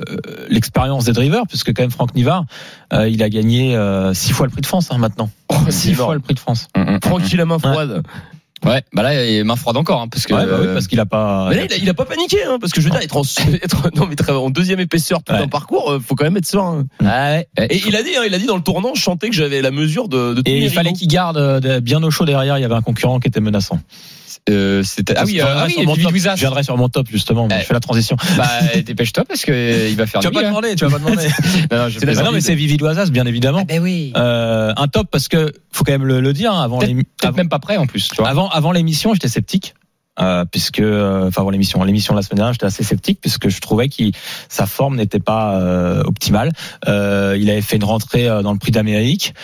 [SPEAKER 4] l'expérience des drivers, puisque quand même Franck Nivard, euh, il a gagné euh, six fois le prix de France hein, maintenant. six fois le prix de France.
[SPEAKER 3] mm,
[SPEAKER 5] Tranquille, la main froide.
[SPEAKER 3] Ouais, bah là, il y a main froide encore, hein, parce que.
[SPEAKER 4] Ouais, bah oui,
[SPEAKER 3] euh,
[SPEAKER 4] parce qu'il a pas.
[SPEAKER 5] Mais là, il a, il a pas paniqué, hein, parce que je veux dire, être en, être, non, mais être en deuxième épaisseur tout
[SPEAKER 4] Ouais.
[SPEAKER 5] un parcours, euh, faut quand même être serein.
[SPEAKER 3] Ah
[SPEAKER 4] Ouais.
[SPEAKER 5] Et il a dit, hein, il a dit dans le tournant, je chantais que j'avais la mesure de, de tous
[SPEAKER 4] Et
[SPEAKER 5] mes
[SPEAKER 4] il fallait
[SPEAKER 5] rivaux.
[SPEAKER 4] qu'il garde euh, de- bien au chaud derrière. Il y avait un concurrent qui était menaçant.
[SPEAKER 3] euh, c'était. Ah oui,
[SPEAKER 4] Je
[SPEAKER 3] euh,
[SPEAKER 4] reviendrai
[SPEAKER 3] ah oui,
[SPEAKER 4] sur mon
[SPEAKER 3] Vivi
[SPEAKER 4] top.
[SPEAKER 3] Douizas.
[SPEAKER 4] Je viendrai sur mon top justement. mais
[SPEAKER 3] Eh.
[SPEAKER 4] Je fais la transition.
[SPEAKER 3] Bah, dépêche-toi parce que euh, il va faire. nuit, là.
[SPEAKER 4] demandé. Tu vas pas demander.
[SPEAKER 3] Non, non, hein. je
[SPEAKER 4] Bah non,
[SPEAKER 3] plaisante.
[SPEAKER 4] mais c'est Vivi Loisas, bien évidemment.
[SPEAKER 3] Ben oui.
[SPEAKER 4] Euh, un top parce que faut quand même le, le dire hein, avant
[SPEAKER 3] Peut-être
[SPEAKER 4] les
[SPEAKER 3] Peut-être même pas prêt en plus, tu vois.
[SPEAKER 4] Avant, avant l'émission, j'étais sceptique. Euh, puisque euh, enfin avant l'émission l'émission de la semaine dernière j'étais assez sceptique puisque je trouvais que sa forme n'était pas euh, optimale Euh, il avait fait une rentrée euh, dans le prix d'Amérique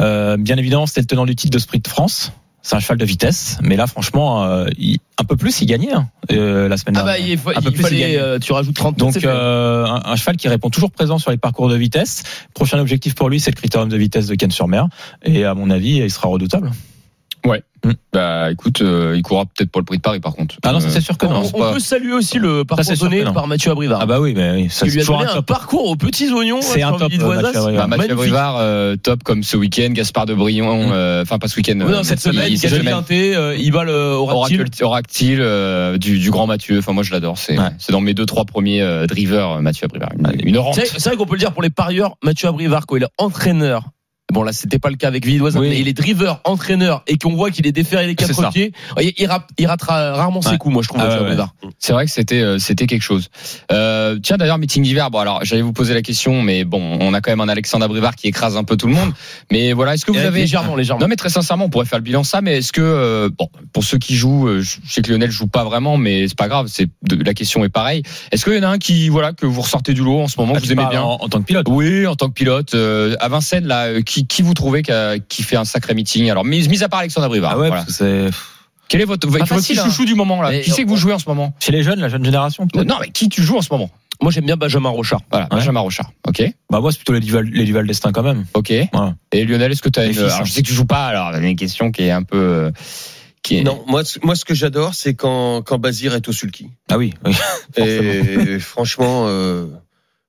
[SPEAKER 4] Euh, bien évidemment c'était le tenant du titre de ce prix de France C'est un cheval de vitesse, mais là, franchement, euh, il- un peu plus, il gagnait hein, euh, la semaine
[SPEAKER 5] Ah
[SPEAKER 4] dernière.
[SPEAKER 5] bah, il, faut-
[SPEAKER 4] Un peu
[SPEAKER 5] il
[SPEAKER 4] plus, il
[SPEAKER 5] fallait,
[SPEAKER 4] gagne.
[SPEAKER 5] euh, tu rajoutes 30
[SPEAKER 4] Donc
[SPEAKER 5] c'est fait.
[SPEAKER 4] euh, un, un cheval qui répond toujours présent sur les parcours de vitesse. Prochain objectif pour lui, c'est le critérium de vitesse de Cannes-sur-Mer. Et à mon avis, il sera redoutable.
[SPEAKER 3] Bah écoute, euh, il courra peut-être pour le prix de Paris par contre.
[SPEAKER 4] Ah non, ça,
[SPEAKER 3] Euh,
[SPEAKER 4] c'est sûr que
[SPEAKER 5] on,
[SPEAKER 4] non.
[SPEAKER 5] on
[SPEAKER 3] c'est pas-
[SPEAKER 5] peut saluer aussi le parcours
[SPEAKER 4] sûr
[SPEAKER 5] donné
[SPEAKER 4] que non.
[SPEAKER 5] par Mathieu Abrivard.
[SPEAKER 4] Ah bah oui, mais oui, ça,
[SPEAKER 5] qui lui
[SPEAKER 4] c'est
[SPEAKER 5] a
[SPEAKER 4] toujours
[SPEAKER 5] donné
[SPEAKER 4] un
[SPEAKER 5] un,
[SPEAKER 4] top.
[SPEAKER 5] parcours aux petits oignons.
[SPEAKER 4] C'est
[SPEAKER 5] hein,
[SPEAKER 4] un
[SPEAKER 5] sur
[SPEAKER 4] top, euh,
[SPEAKER 5] l'île d'Oisas.
[SPEAKER 4] Mathieu Abrivard.
[SPEAKER 3] bah, Mathieu
[SPEAKER 5] Magnifique.
[SPEAKER 3] Abrivard, euh, top comme ce week-end, Gaspard de Brion,
[SPEAKER 4] Mm.
[SPEAKER 3] euh, enfin pas ce week-end.
[SPEAKER 5] Oui,
[SPEAKER 3] euh,
[SPEAKER 5] non, cette semaine,
[SPEAKER 3] cette
[SPEAKER 5] Gaël
[SPEAKER 3] semaine.
[SPEAKER 5] Quintet, euh, il bat le Oracle.
[SPEAKER 3] Oracle, Oractile, euh, du, du grand Mathieu, enfin moi je l'adore, c'est
[SPEAKER 4] Ouais.
[SPEAKER 3] c'est dans mes deux trois premiers euh, drivers euh, Mathieu Abrivard. Une,
[SPEAKER 4] Allez.
[SPEAKER 3] une rente.
[SPEAKER 5] C'est c'est vrai qu'on peut le dire pour les parieurs, Mathieu Abrivard, quand il est entraîneur, bon là c'était pas le cas avec Villoisin,
[SPEAKER 4] Oui.
[SPEAKER 5] mais il est driver, entraîneur, et qu'on voit qu'il est déféré les
[SPEAKER 4] C'est
[SPEAKER 5] quatre
[SPEAKER 4] ça.
[SPEAKER 5] pieds, il, il rate, il ratera rarement ses
[SPEAKER 4] Ouais.
[SPEAKER 5] coups, moi je trouve,
[SPEAKER 4] Ah,
[SPEAKER 5] Mathieu
[SPEAKER 4] ouais, ouais.
[SPEAKER 5] Abrivard.
[SPEAKER 3] C'est vrai que c'était euh, c'était quelque chose. Euh, tiens d'ailleurs meeting d'hiver. Bon alors j'allais vous poser la question, mais bon on a quand même un Alexandre Abrivard qui écrase un peu tout le monde. Mais voilà, est-ce que vous
[SPEAKER 5] Et
[SPEAKER 3] avez
[SPEAKER 5] Légèrement, légèrement.
[SPEAKER 3] Non mais très sincèrement, on pourrait faire le bilan de ça, mais est-ce que euh, bon pour ceux qui jouent, euh, je je sais que Lionel joue pas vraiment, mais c'est pas grave, c'est de- la question est pareille. Est-ce qu'il y en a un qui voilà que vous ressortez du lot en ce moment, que
[SPEAKER 4] Ah,
[SPEAKER 3] vous
[SPEAKER 4] tu
[SPEAKER 3] aimez
[SPEAKER 4] parles
[SPEAKER 3] bien
[SPEAKER 4] en, en tant que pilote.
[SPEAKER 3] Oui, en tant que pilote euh, à Vincennes là, euh, qui, qui vous trouvez qui, a- qui fait un sacré meeting Alors mis, mis à part Alexandre Abrivard,
[SPEAKER 4] Ah ouais,
[SPEAKER 3] voilà. hein.
[SPEAKER 4] parce que c'est
[SPEAKER 3] Quel est votre,
[SPEAKER 5] Pas
[SPEAKER 3] votre
[SPEAKER 5] facile,
[SPEAKER 3] petit chouchou du moment là
[SPEAKER 5] Mais
[SPEAKER 3] Qui c'est que
[SPEAKER 5] on-
[SPEAKER 3] vous jouez en ce moment
[SPEAKER 4] chez les jeunes, la jeune génération. peut-être.
[SPEAKER 3] euh, Non mais qui tu joues en ce moment
[SPEAKER 5] Moi j'aime bien Benjamin Rochard.
[SPEAKER 3] Voilà,
[SPEAKER 4] Ouais.
[SPEAKER 3] Benjamin Rochard. Ok,
[SPEAKER 4] Bah moi, c'est plutôt les Duval, les Duval Destin quand même.
[SPEAKER 3] ok.
[SPEAKER 4] Voilà.
[SPEAKER 3] Et Lionel, est-ce que tu as
[SPEAKER 4] Les
[SPEAKER 3] une
[SPEAKER 4] fils,
[SPEAKER 3] Alors
[SPEAKER 4] hein.
[SPEAKER 3] je sais que tu joues pas, alors il y a une question qui est un peu euh, qui est
[SPEAKER 6] Non, moi, ce- moi, ce que j'adore, c'est quand, quand Bazir est au sulky.
[SPEAKER 4] Ah oui. oui.
[SPEAKER 6] Et franchement, euh,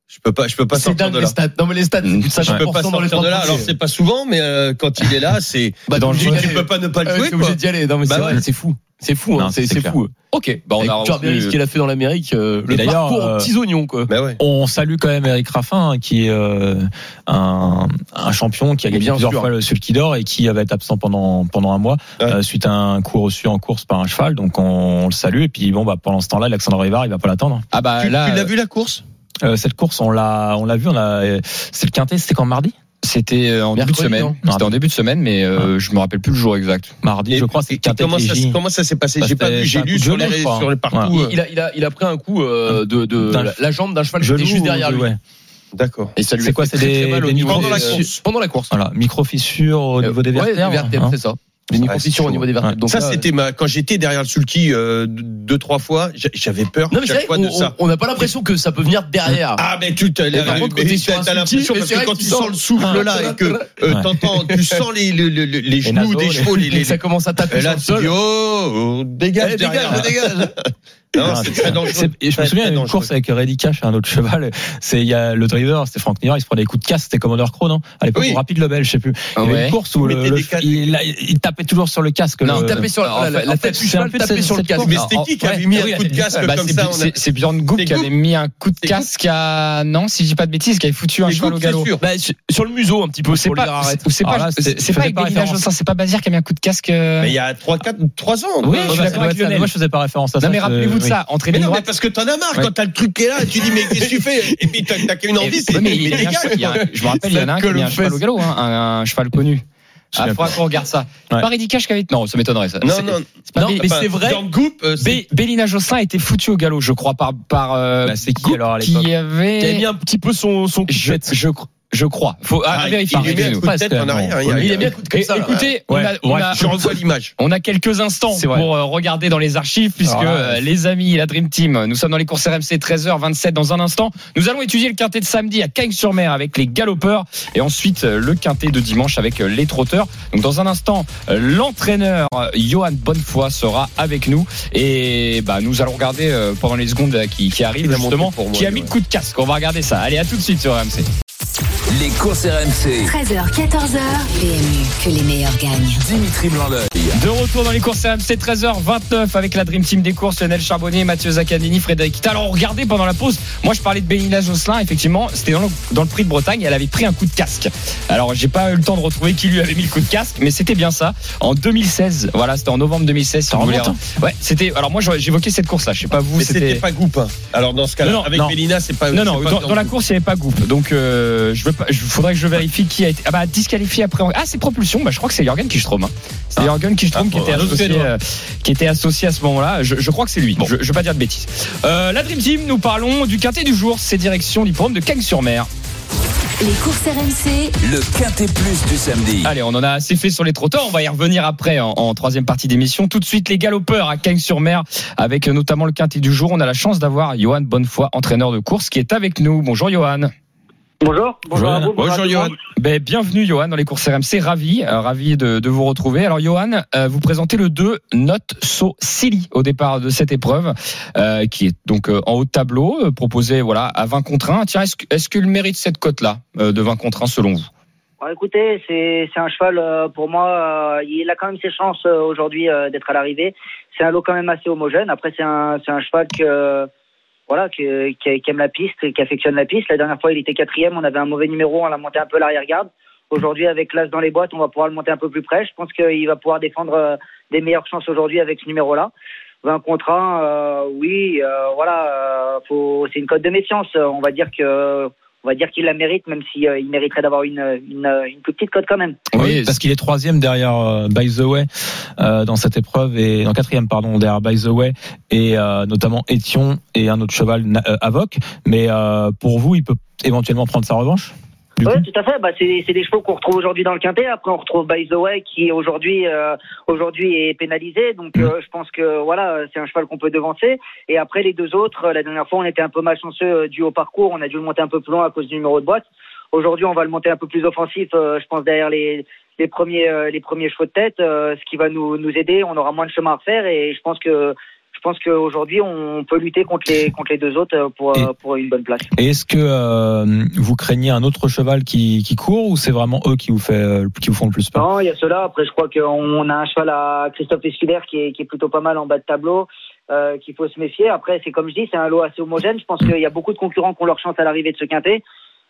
[SPEAKER 6] je peux pas, je peux pas
[SPEAKER 5] C'est
[SPEAKER 6] sortir
[SPEAKER 5] dingue
[SPEAKER 6] de
[SPEAKER 5] les
[SPEAKER 6] là.
[SPEAKER 5] stats. Non mais les stats, c'est plus de
[SPEAKER 6] Je peux pas
[SPEAKER 5] 50% dans les
[SPEAKER 6] sortir de là.
[SPEAKER 5] 30%.
[SPEAKER 6] Alors, c'est pas souvent, mais euh, quand il est là, c'est.
[SPEAKER 5] Bah,
[SPEAKER 6] tu-
[SPEAKER 5] dangereux.
[SPEAKER 6] Tu peux pas ne pas le
[SPEAKER 5] Ah ouais,
[SPEAKER 6] jouer.
[SPEAKER 5] t'es obligé
[SPEAKER 6] Quoi.
[SPEAKER 5] d'y aller. Non mais
[SPEAKER 6] Bah
[SPEAKER 5] c'est
[SPEAKER 6] ouais.
[SPEAKER 5] vrai, c'est fou. C'est fou, hein,
[SPEAKER 4] Non,
[SPEAKER 5] c'est
[SPEAKER 4] c'est
[SPEAKER 5] c'est
[SPEAKER 4] clair.
[SPEAKER 5] fou.
[SPEAKER 3] Ok, bah on
[SPEAKER 5] Avec
[SPEAKER 3] a
[SPEAKER 5] Turbéry,
[SPEAKER 3] retenu-
[SPEAKER 5] ce qu'il a fait dans l'Amérique, euh, le
[SPEAKER 4] Et d'ailleurs,
[SPEAKER 5] parcours aux
[SPEAKER 4] euh,
[SPEAKER 5] petits oignons quoi.
[SPEAKER 6] Bah ouais.
[SPEAKER 4] On salue quand même Eric Raffin, hein, qui est euh, un, un champion qui a gagné
[SPEAKER 5] Bien
[SPEAKER 4] plusieurs
[SPEAKER 5] sûr.
[SPEAKER 4] fois le Sulky d'Or et qui va être absent pendant pendant un mois
[SPEAKER 6] Ouais.
[SPEAKER 4] euh, suite à un coup reçu en course par un cheval. Donc on, on le salue. Et puis bon, bah pendant ce temps-là, Alexandre Rivard, il va pas l'attendre.
[SPEAKER 3] Ah bah
[SPEAKER 6] Tu, tu
[SPEAKER 3] là,
[SPEAKER 6] l'as vu la course
[SPEAKER 4] Euh, cette course, on l'a on l'a vu. On a euh, c'est le quintet, c'était quand mardi,
[SPEAKER 3] euh, C'était en
[SPEAKER 5] Mercredi,
[SPEAKER 3] début de semaine.
[SPEAKER 5] non
[SPEAKER 3] C'était en début de semaine, mais euh,
[SPEAKER 6] Ah.
[SPEAKER 3] je me rappelle plus le jour exact.
[SPEAKER 4] mardi, je crois. C'est
[SPEAKER 6] Et-
[SPEAKER 4] le quintet.
[SPEAKER 6] et comment, ça,
[SPEAKER 4] TJ.
[SPEAKER 6] comment ça s'est passé
[SPEAKER 4] Bah,
[SPEAKER 6] J'ai pas
[SPEAKER 4] c'était-
[SPEAKER 6] vu, j'ai
[SPEAKER 4] c'est un
[SPEAKER 6] lu
[SPEAKER 4] coup de
[SPEAKER 6] sur,
[SPEAKER 4] genou,
[SPEAKER 6] les-
[SPEAKER 4] je crois.
[SPEAKER 6] sur le parcours. euh,
[SPEAKER 5] Il, il a, il, a, il a pris un coup euh, de, de
[SPEAKER 4] D'un-
[SPEAKER 5] la, la jambe d'un cheval qui
[SPEAKER 4] Genou
[SPEAKER 5] était juste
[SPEAKER 4] ou
[SPEAKER 5] derrière
[SPEAKER 4] de-
[SPEAKER 5] lui.
[SPEAKER 4] euh, ouais.
[SPEAKER 6] D'accord.
[SPEAKER 5] Et ça lui
[SPEAKER 4] C'est
[SPEAKER 5] a
[SPEAKER 4] quoi,
[SPEAKER 5] fait
[SPEAKER 4] c'est
[SPEAKER 5] très,
[SPEAKER 4] des-
[SPEAKER 5] très mal au
[SPEAKER 4] des
[SPEAKER 5] niveau
[SPEAKER 6] Pendant
[SPEAKER 5] des- euh,
[SPEAKER 6] la course.
[SPEAKER 5] Pendant la course.
[SPEAKER 4] Voilà, micro fissure au niveau des
[SPEAKER 5] Euh, ouais,
[SPEAKER 4] vertères.
[SPEAKER 5] des vertèbres,
[SPEAKER 4] hein.
[SPEAKER 5] c'est ça. Des micro-fissures au
[SPEAKER 6] chaud,
[SPEAKER 5] niveau des vertèbres. Donc
[SPEAKER 6] ça,
[SPEAKER 5] là, euh,
[SPEAKER 6] c'était ma. Quand j'étais derrière le sulky euh, deux, trois fois, j'a- j'avais peur
[SPEAKER 5] Non mais
[SPEAKER 6] chaque
[SPEAKER 5] c'est
[SPEAKER 6] fois
[SPEAKER 5] vrai
[SPEAKER 6] de
[SPEAKER 5] qu'on
[SPEAKER 6] ça.
[SPEAKER 5] on- on n'a pas l'impression que ça peut venir derrière.
[SPEAKER 6] Ah mais tu t'as
[SPEAKER 5] par contre, quand
[SPEAKER 6] mais
[SPEAKER 5] t'es sur
[SPEAKER 6] t'as-
[SPEAKER 5] un
[SPEAKER 6] t'as
[SPEAKER 5] sulky,
[SPEAKER 6] l'impression
[SPEAKER 5] mais
[SPEAKER 6] parce
[SPEAKER 5] c'est
[SPEAKER 6] que
[SPEAKER 5] vrai
[SPEAKER 6] quand
[SPEAKER 5] que
[SPEAKER 6] tu
[SPEAKER 5] tu
[SPEAKER 6] sens
[SPEAKER 5] sens-
[SPEAKER 6] le souffle là et que euh,
[SPEAKER 4] Ouais.
[SPEAKER 6] t'entends, tu sens les les, les, les genoux
[SPEAKER 4] naseaux,
[SPEAKER 6] des
[SPEAKER 4] les-
[SPEAKER 6] chevaux, les, les,
[SPEAKER 5] Et ça commence à taper
[SPEAKER 6] et
[SPEAKER 5] sur
[SPEAKER 6] là
[SPEAKER 5] le
[SPEAKER 6] tu dis
[SPEAKER 5] sol.
[SPEAKER 6] oh, oh, dégage
[SPEAKER 5] Eh,
[SPEAKER 6] derrière.
[SPEAKER 5] dégage, dégage.
[SPEAKER 6] Non,
[SPEAKER 4] Ah,
[SPEAKER 6] c'est
[SPEAKER 4] c'est
[SPEAKER 6] très
[SPEAKER 4] ça.
[SPEAKER 6] dangereux.
[SPEAKER 4] C'est- et je me
[SPEAKER 6] Très,
[SPEAKER 4] souviens
[SPEAKER 6] très
[SPEAKER 4] d'une
[SPEAKER 6] dangereux.
[SPEAKER 4] course avec Reddy Cash et un autre cheval. C'est il y a le driver, c'était Frank Miller, il se prenait des coups de casse, c'était Commodore Crow, non À l'époque,
[SPEAKER 6] Oui. Ah
[SPEAKER 4] ou rapide Lebel, je sais plus. Il y avait
[SPEAKER 3] Ouais.
[SPEAKER 4] une course où
[SPEAKER 6] Il
[SPEAKER 4] le,
[SPEAKER 6] mettait
[SPEAKER 4] le-
[SPEAKER 6] des casques.
[SPEAKER 4] il, il- il tapait toujours sur le casque.
[SPEAKER 5] Non,
[SPEAKER 4] le-
[SPEAKER 5] il tapait sur la,
[SPEAKER 3] en
[SPEAKER 5] la-
[SPEAKER 3] fait-
[SPEAKER 5] la
[SPEAKER 3] en
[SPEAKER 5] tête
[SPEAKER 3] fait,
[SPEAKER 5] du
[SPEAKER 4] c'est un
[SPEAKER 5] cheval,
[SPEAKER 4] peu
[SPEAKER 5] tapait
[SPEAKER 4] cette-
[SPEAKER 5] sur le
[SPEAKER 4] cette
[SPEAKER 5] casque.
[SPEAKER 4] course.
[SPEAKER 6] Mais
[SPEAKER 4] Ah,
[SPEAKER 6] c'était
[SPEAKER 3] Oh,
[SPEAKER 4] en-
[SPEAKER 6] qui qui avait
[SPEAKER 4] ouais.
[SPEAKER 6] mis
[SPEAKER 4] Ah
[SPEAKER 6] un
[SPEAKER 4] oui,
[SPEAKER 6] coup de
[SPEAKER 4] il y a-
[SPEAKER 6] casque
[SPEAKER 3] Bah,
[SPEAKER 6] comme
[SPEAKER 3] c'est-
[SPEAKER 6] ça on a-
[SPEAKER 3] c'est- c'est Bjorn Goub
[SPEAKER 6] C'est
[SPEAKER 3] qui avait
[SPEAKER 6] Goub.
[SPEAKER 3] mis un coup de casque à non si je dis pas de bêtises, qui avait foutu un
[SPEAKER 6] C'est
[SPEAKER 3] cheval au
[SPEAKER 6] Goub, c'est
[SPEAKER 3] galop.
[SPEAKER 6] sûr.
[SPEAKER 5] Bah, sur- Sur le museau un petit peu,
[SPEAKER 3] C'est
[SPEAKER 5] pour le dire
[SPEAKER 3] pas,
[SPEAKER 5] arrête.
[SPEAKER 3] c'est- c'est
[SPEAKER 4] Alors
[SPEAKER 3] pas,
[SPEAKER 4] là,
[SPEAKER 3] c'est
[SPEAKER 4] c'était-
[SPEAKER 3] c'est
[SPEAKER 4] faisait
[SPEAKER 3] pas avec
[SPEAKER 4] pas
[SPEAKER 3] Denis
[SPEAKER 4] référence.
[SPEAKER 3] Lajoie, c'est pas Bazir qui a mis un coup de casque. euh,
[SPEAKER 6] Mais il y a 3 4 3 ans.
[SPEAKER 4] Oui, je suis
[SPEAKER 6] quoi.
[SPEAKER 3] bah,
[SPEAKER 4] d'accord
[SPEAKER 3] c'est
[SPEAKER 4] avec
[SPEAKER 3] vrai
[SPEAKER 4] ça,
[SPEAKER 3] que-
[SPEAKER 4] mais Moi, je faisais pas référence à ça.
[SPEAKER 3] Non mais
[SPEAKER 4] je-
[SPEAKER 3] rappelez-vous de
[SPEAKER 4] oui.
[SPEAKER 3] ça,
[SPEAKER 6] Mais
[SPEAKER 3] entraîner une
[SPEAKER 6] non, mais
[SPEAKER 3] droite.
[SPEAKER 6] parce que t'en as marre quand t'as le truc qui est là et tu dis mais qu'est-ce que tu fais Et puis t'as t'as qu'une envie, c'est
[SPEAKER 3] Oui, mais il y a
[SPEAKER 6] mais
[SPEAKER 3] un cheval- il y a
[SPEAKER 6] dégage.
[SPEAKER 3] un- Je me rappelle, il y en a un qui a mis un cheval au galop, hein, un, un cheval connu.
[SPEAKER 4] Je
[SPEAKER 3] Ah,
[SPEAKER 4] sais
[SPEAKER 3] faudra qu'on regarde ça.
[SPEAKER 4] Ouais.
[SPEAKER 3] Pas Reddy Cash qui avait. Non, ça m'étonnerait ça.
[SPEAKER 6] Non
[SPEAKER 3] C'est-
[SPEAKER 6] non,
[SPEAKER 3] c'est pas
[SPEAKER 5] Non,
[SPEAKER 3] Bélina-
[SPEAKER 5] mais
[SPEAKER 6] enfin,
[SPEAKER 5] c'est vrai.
[SPEAKER 6] Dans le groupe, euh, c'est-
[SPEAKER 3] Bé- Bélina Jossin a été foutu au galop, je crois, par par euh,
[SPEAKER 4] Bah, c'est qui,
[SPEAKER 3] Goub
[SPEAKER 4] alors, à l'époque
[SPEAKER 3] qui
[SPEAKER 5] Il a
[SPEAKER 3] avait
[SPEAKER 5] mis un petit peu son son coup de
[SPEAKER 3] Je,
[SPEAKER 5] tête.
[SPEAKER 3] je, cro- je crois. Faut ah,
[SPEAKER 6] Ah, il
[SPEAKER 3] vérifier.
[SPEAKER 6] lui met un
[SPEAKER 3] Nous.
[SPEAKER 6] coup de tête en arrière. il y a-
[SPEAKER 5] Il a mis un coup de
[SPEAKER 3] Et-
[SPEAKER 5] comme ça. là.
[SPEAKER 3] écoutez, on,
[SPEAKER 4] Ouais,
[SPEAKER 3] a, on,
[SPEAKER 4] ouais,
[SPEAKER 3] a,
[SPEAKER 6] Je renvoie l'image.
[SPEAKER 3] on a quelques instants
[SPEAKER 4] C'est vrai.
[SPEAKER 3] pour euh, regarder dans les archives, puisque
[SPEAKER 4] Alors là,
[SPEAKER 3] euh, les amis, la Dream Team, euh, nous sommes dans les courses RMC 13h27 dans un instant. Nous allons étudier le quintet de samedi à Cagnes-sur-Mer avec les galopeurs et ensuite euh, le quintet de dimanche avec euh, les trotteurs. Donc dans un instant, euh, l'entraîneur euh, Johan Bonnefoy sera avec nous et bah, nous allons regarder euh, pendant les secondes euh, qui, qui arrivent
[SPEAKER 6] Il a monté
[SPEAKER 3] justement
[SPEAKER 6] pour moi,
[SPEAKER 3] qui a mis
[SPEAKER 6] ouais.
[SPEAKER 3] le coup de casque. On va regarder ça. Allez, à tout de suite sur RMC.
[SPEAKER 1] Les courses RMC.
[SPEAKER 2] 13h, 14h. PMU, que les meilleurs gagnent.
[SPEAKER 1] Dimitri Blanc-L'œil.
[SPEAKER 3] De retour dans les courses RMC 13h29 avec la Dream Team des courses, Lionel Charbonnier, Mathieu Zaccanini, Frédéric Kita. Alors regardez pendant la pause, moi je parlais de Bénina Josselin, effectivement, c'était dans le, dans le prix de Bretagne, elle avait pris un coup de casque. Alors j'ai pas eu le temps de retrouver qui lui avait mis le coup de casque, mais c'était bien ça. En 2016, voilà, c'était en novembre 2016. si vous voulez.
[SPEAKER 4] remonte,
[SPEAKER 3] Ouais, c'était. Alors moi j'aurais- j'évoquais cette course là, je sais pas vous,
[SPEAKER 6] hein. Mais c'était pas Goup. hein. Alors dans ce
[SPEAKER 3] Non,
[SPEAKER 6] cas-là,
[SPEAKER 3] non,
[SPEAKER 6] avec
[SPEAKER 3] non.
[SPEAKER 6] Mélina, c'est
[SPEAKER 4] Euh,
[SPEAKER 6] pas.
[SPEAKER 3] non,
[SPEAKER 6] c'est
[SPEAKER 3] non,
[SPEAKER 6] pas
[SPEAKER 3] dans, dans la course, il n'y avait pas Goup. Donc, euh, je veux pas, je, faudrait que je vérifie qui a été. Ah, bah, disqualifié après. Ah, c'est propulsion. Bah, je crois que c'est Jorgen Kistrom. Hein. C'est
[SPEAKER 4] Ah.
[SPEAKER 3] Jorgen Kistrom
[SPEAKER 4] Ah,
[SPEAKER 3] qui, était
[SPEAKER 4] un autre
[SPEAKER 3] associé,
[SPEAKER 4] Suédois.
[SPEAKER 3] euh, qui était associé à ce moment-là. Je, je crois que c'est lui. Je, je veux pas dire de bêtises. Euh, la Dream Team, nous parlons du quintet du jour. C'est direction l'hippodrome de Cagnes-sur-Mer.
[SPEAKER 2] Les courses RMC,
[SPEAKER 1] Le Quintet Plus du samedi.
[SPEAKER 3] Allez, on en a assez fait sur les trottoirs. On va y revenir après en, en troisième partie d'émission. Tout de suite, les galopeurs à Cagnes-sur-Mer, avec euh, notamment le quintet du jour. On a la chance d'avoir Johan Bonnefoy, entraîneur de course, qui est avec nous. Bonjour Johan.
[SPEAKER 7] Bonjour. Bonjour, à vous, bonjour à
[SPEAKER 6] Bonjour
[SPEAKER 7] tout le
[SPEAKER 6] Johan.
[SPEAKER 7] monde.
[SPEAKER 3] Ben, bienvenue Johan dans les courses RMC. Ravi, euh, ravi de, de vous retrouver. Alors Johan, euh, vous présentez le 2 Note So Silly au départ de cette épreuve, euh, qui est donc euh, en haut de tableau, euh, proposé voilà à 20 contre 1. Tiens, est-ce que- est-ce qu'il mérite cette cote là de 20 contre 1 selon vous
[SPEAKER 7] Bon, écoutez, c'est c'est un cheval euh, pour moi. euh, il a quand même ses chances euh, aujourd'hui euh, d'être à l'arrivée. C'est un lot quand même assez homogène. Après, c'est un c'est un cheval que euh, voilà que- qui, qui aime la piste, qui affectionne la piste. La dernière fois, il était quatrième. On avait un mauvais numéro. On l'a monté un peu l'arrière garde. Aujourd'hui, avec l'as dans les boîtes, on va pouvoir le monter un peu plus près. Je pense qu'il va pouvoir défendre euh, des meilleures chances aujourd'hui avec ce numéro-là. 20 contre 1, euh, oui, euh, voilà, euh, faut- c'est une cote de méfiance. On va dire que on va dire qu'il la mérite, même si euh, il mériterait d'avoir une, euh, une, euh, une plus petite cote quand même.
[SPEAKER 4] Oui, parce qu'il est troisième derrière euh, By the Way euh, dans cette épreuve et non quatrième pardon derrière By the Way et euh, notamment Étion et un autre cheval Na- euh, Avoc. Mais euh, pour vous, il peut éventuellement prendre sa revanche. du
[SPEAKER 7] Oui,
[SPEAKER 4] coup
[SPEAKER 7] tout à fait. Bah, c'est c'est des chevaux qu'on retrouve aujourd'hui dans le quintet. Après, on retrouve By the Way qui aujourd'hui euh, aujourd'hui est pénalisé. Donc,
[SPEAKER 4] Mm.
[SPEAKER 7] euh, je pense que voilà, c'est un cheval qu'on peut devancer. Et après, les deux autres, euh, la dernière fois, on était un peu malchanceux euh, dû au parcours. On a dû le monter un peu plus loin à cause du numéro de boîte. Aujourd'hui, on va le monter un peu plus offensif. euh, je pense derrière les les premiers euh, les premiers chevaux de tête, euh, ce qui va nous nous aider. On aura moins de chemin à refaire et je pense que je pense qu'aujourd'hui, on peut lutter contre les contre les deux autres euh, pour euh, pour une bonne place.
[SPEAKER 4] Et est-ce que euh, vous craignez un autre cheval qui, qui court ou c'est vraiment eux qui vous, fait, euh, qui vous font le plus peur
[SPEAKER 7] Non, il y a cela. Après, je crois qu'on a un cheval à Christophe Escudère qui est, qui est plutôt pas mal en bas de tableau, euh, qu'il faut se méfier. Après, c'est comme je dis, c'est un lot assez homogène. Je pense qu'il y a beaucoup de concurrents qui ont leur chance à l'arrivée de ce quintet.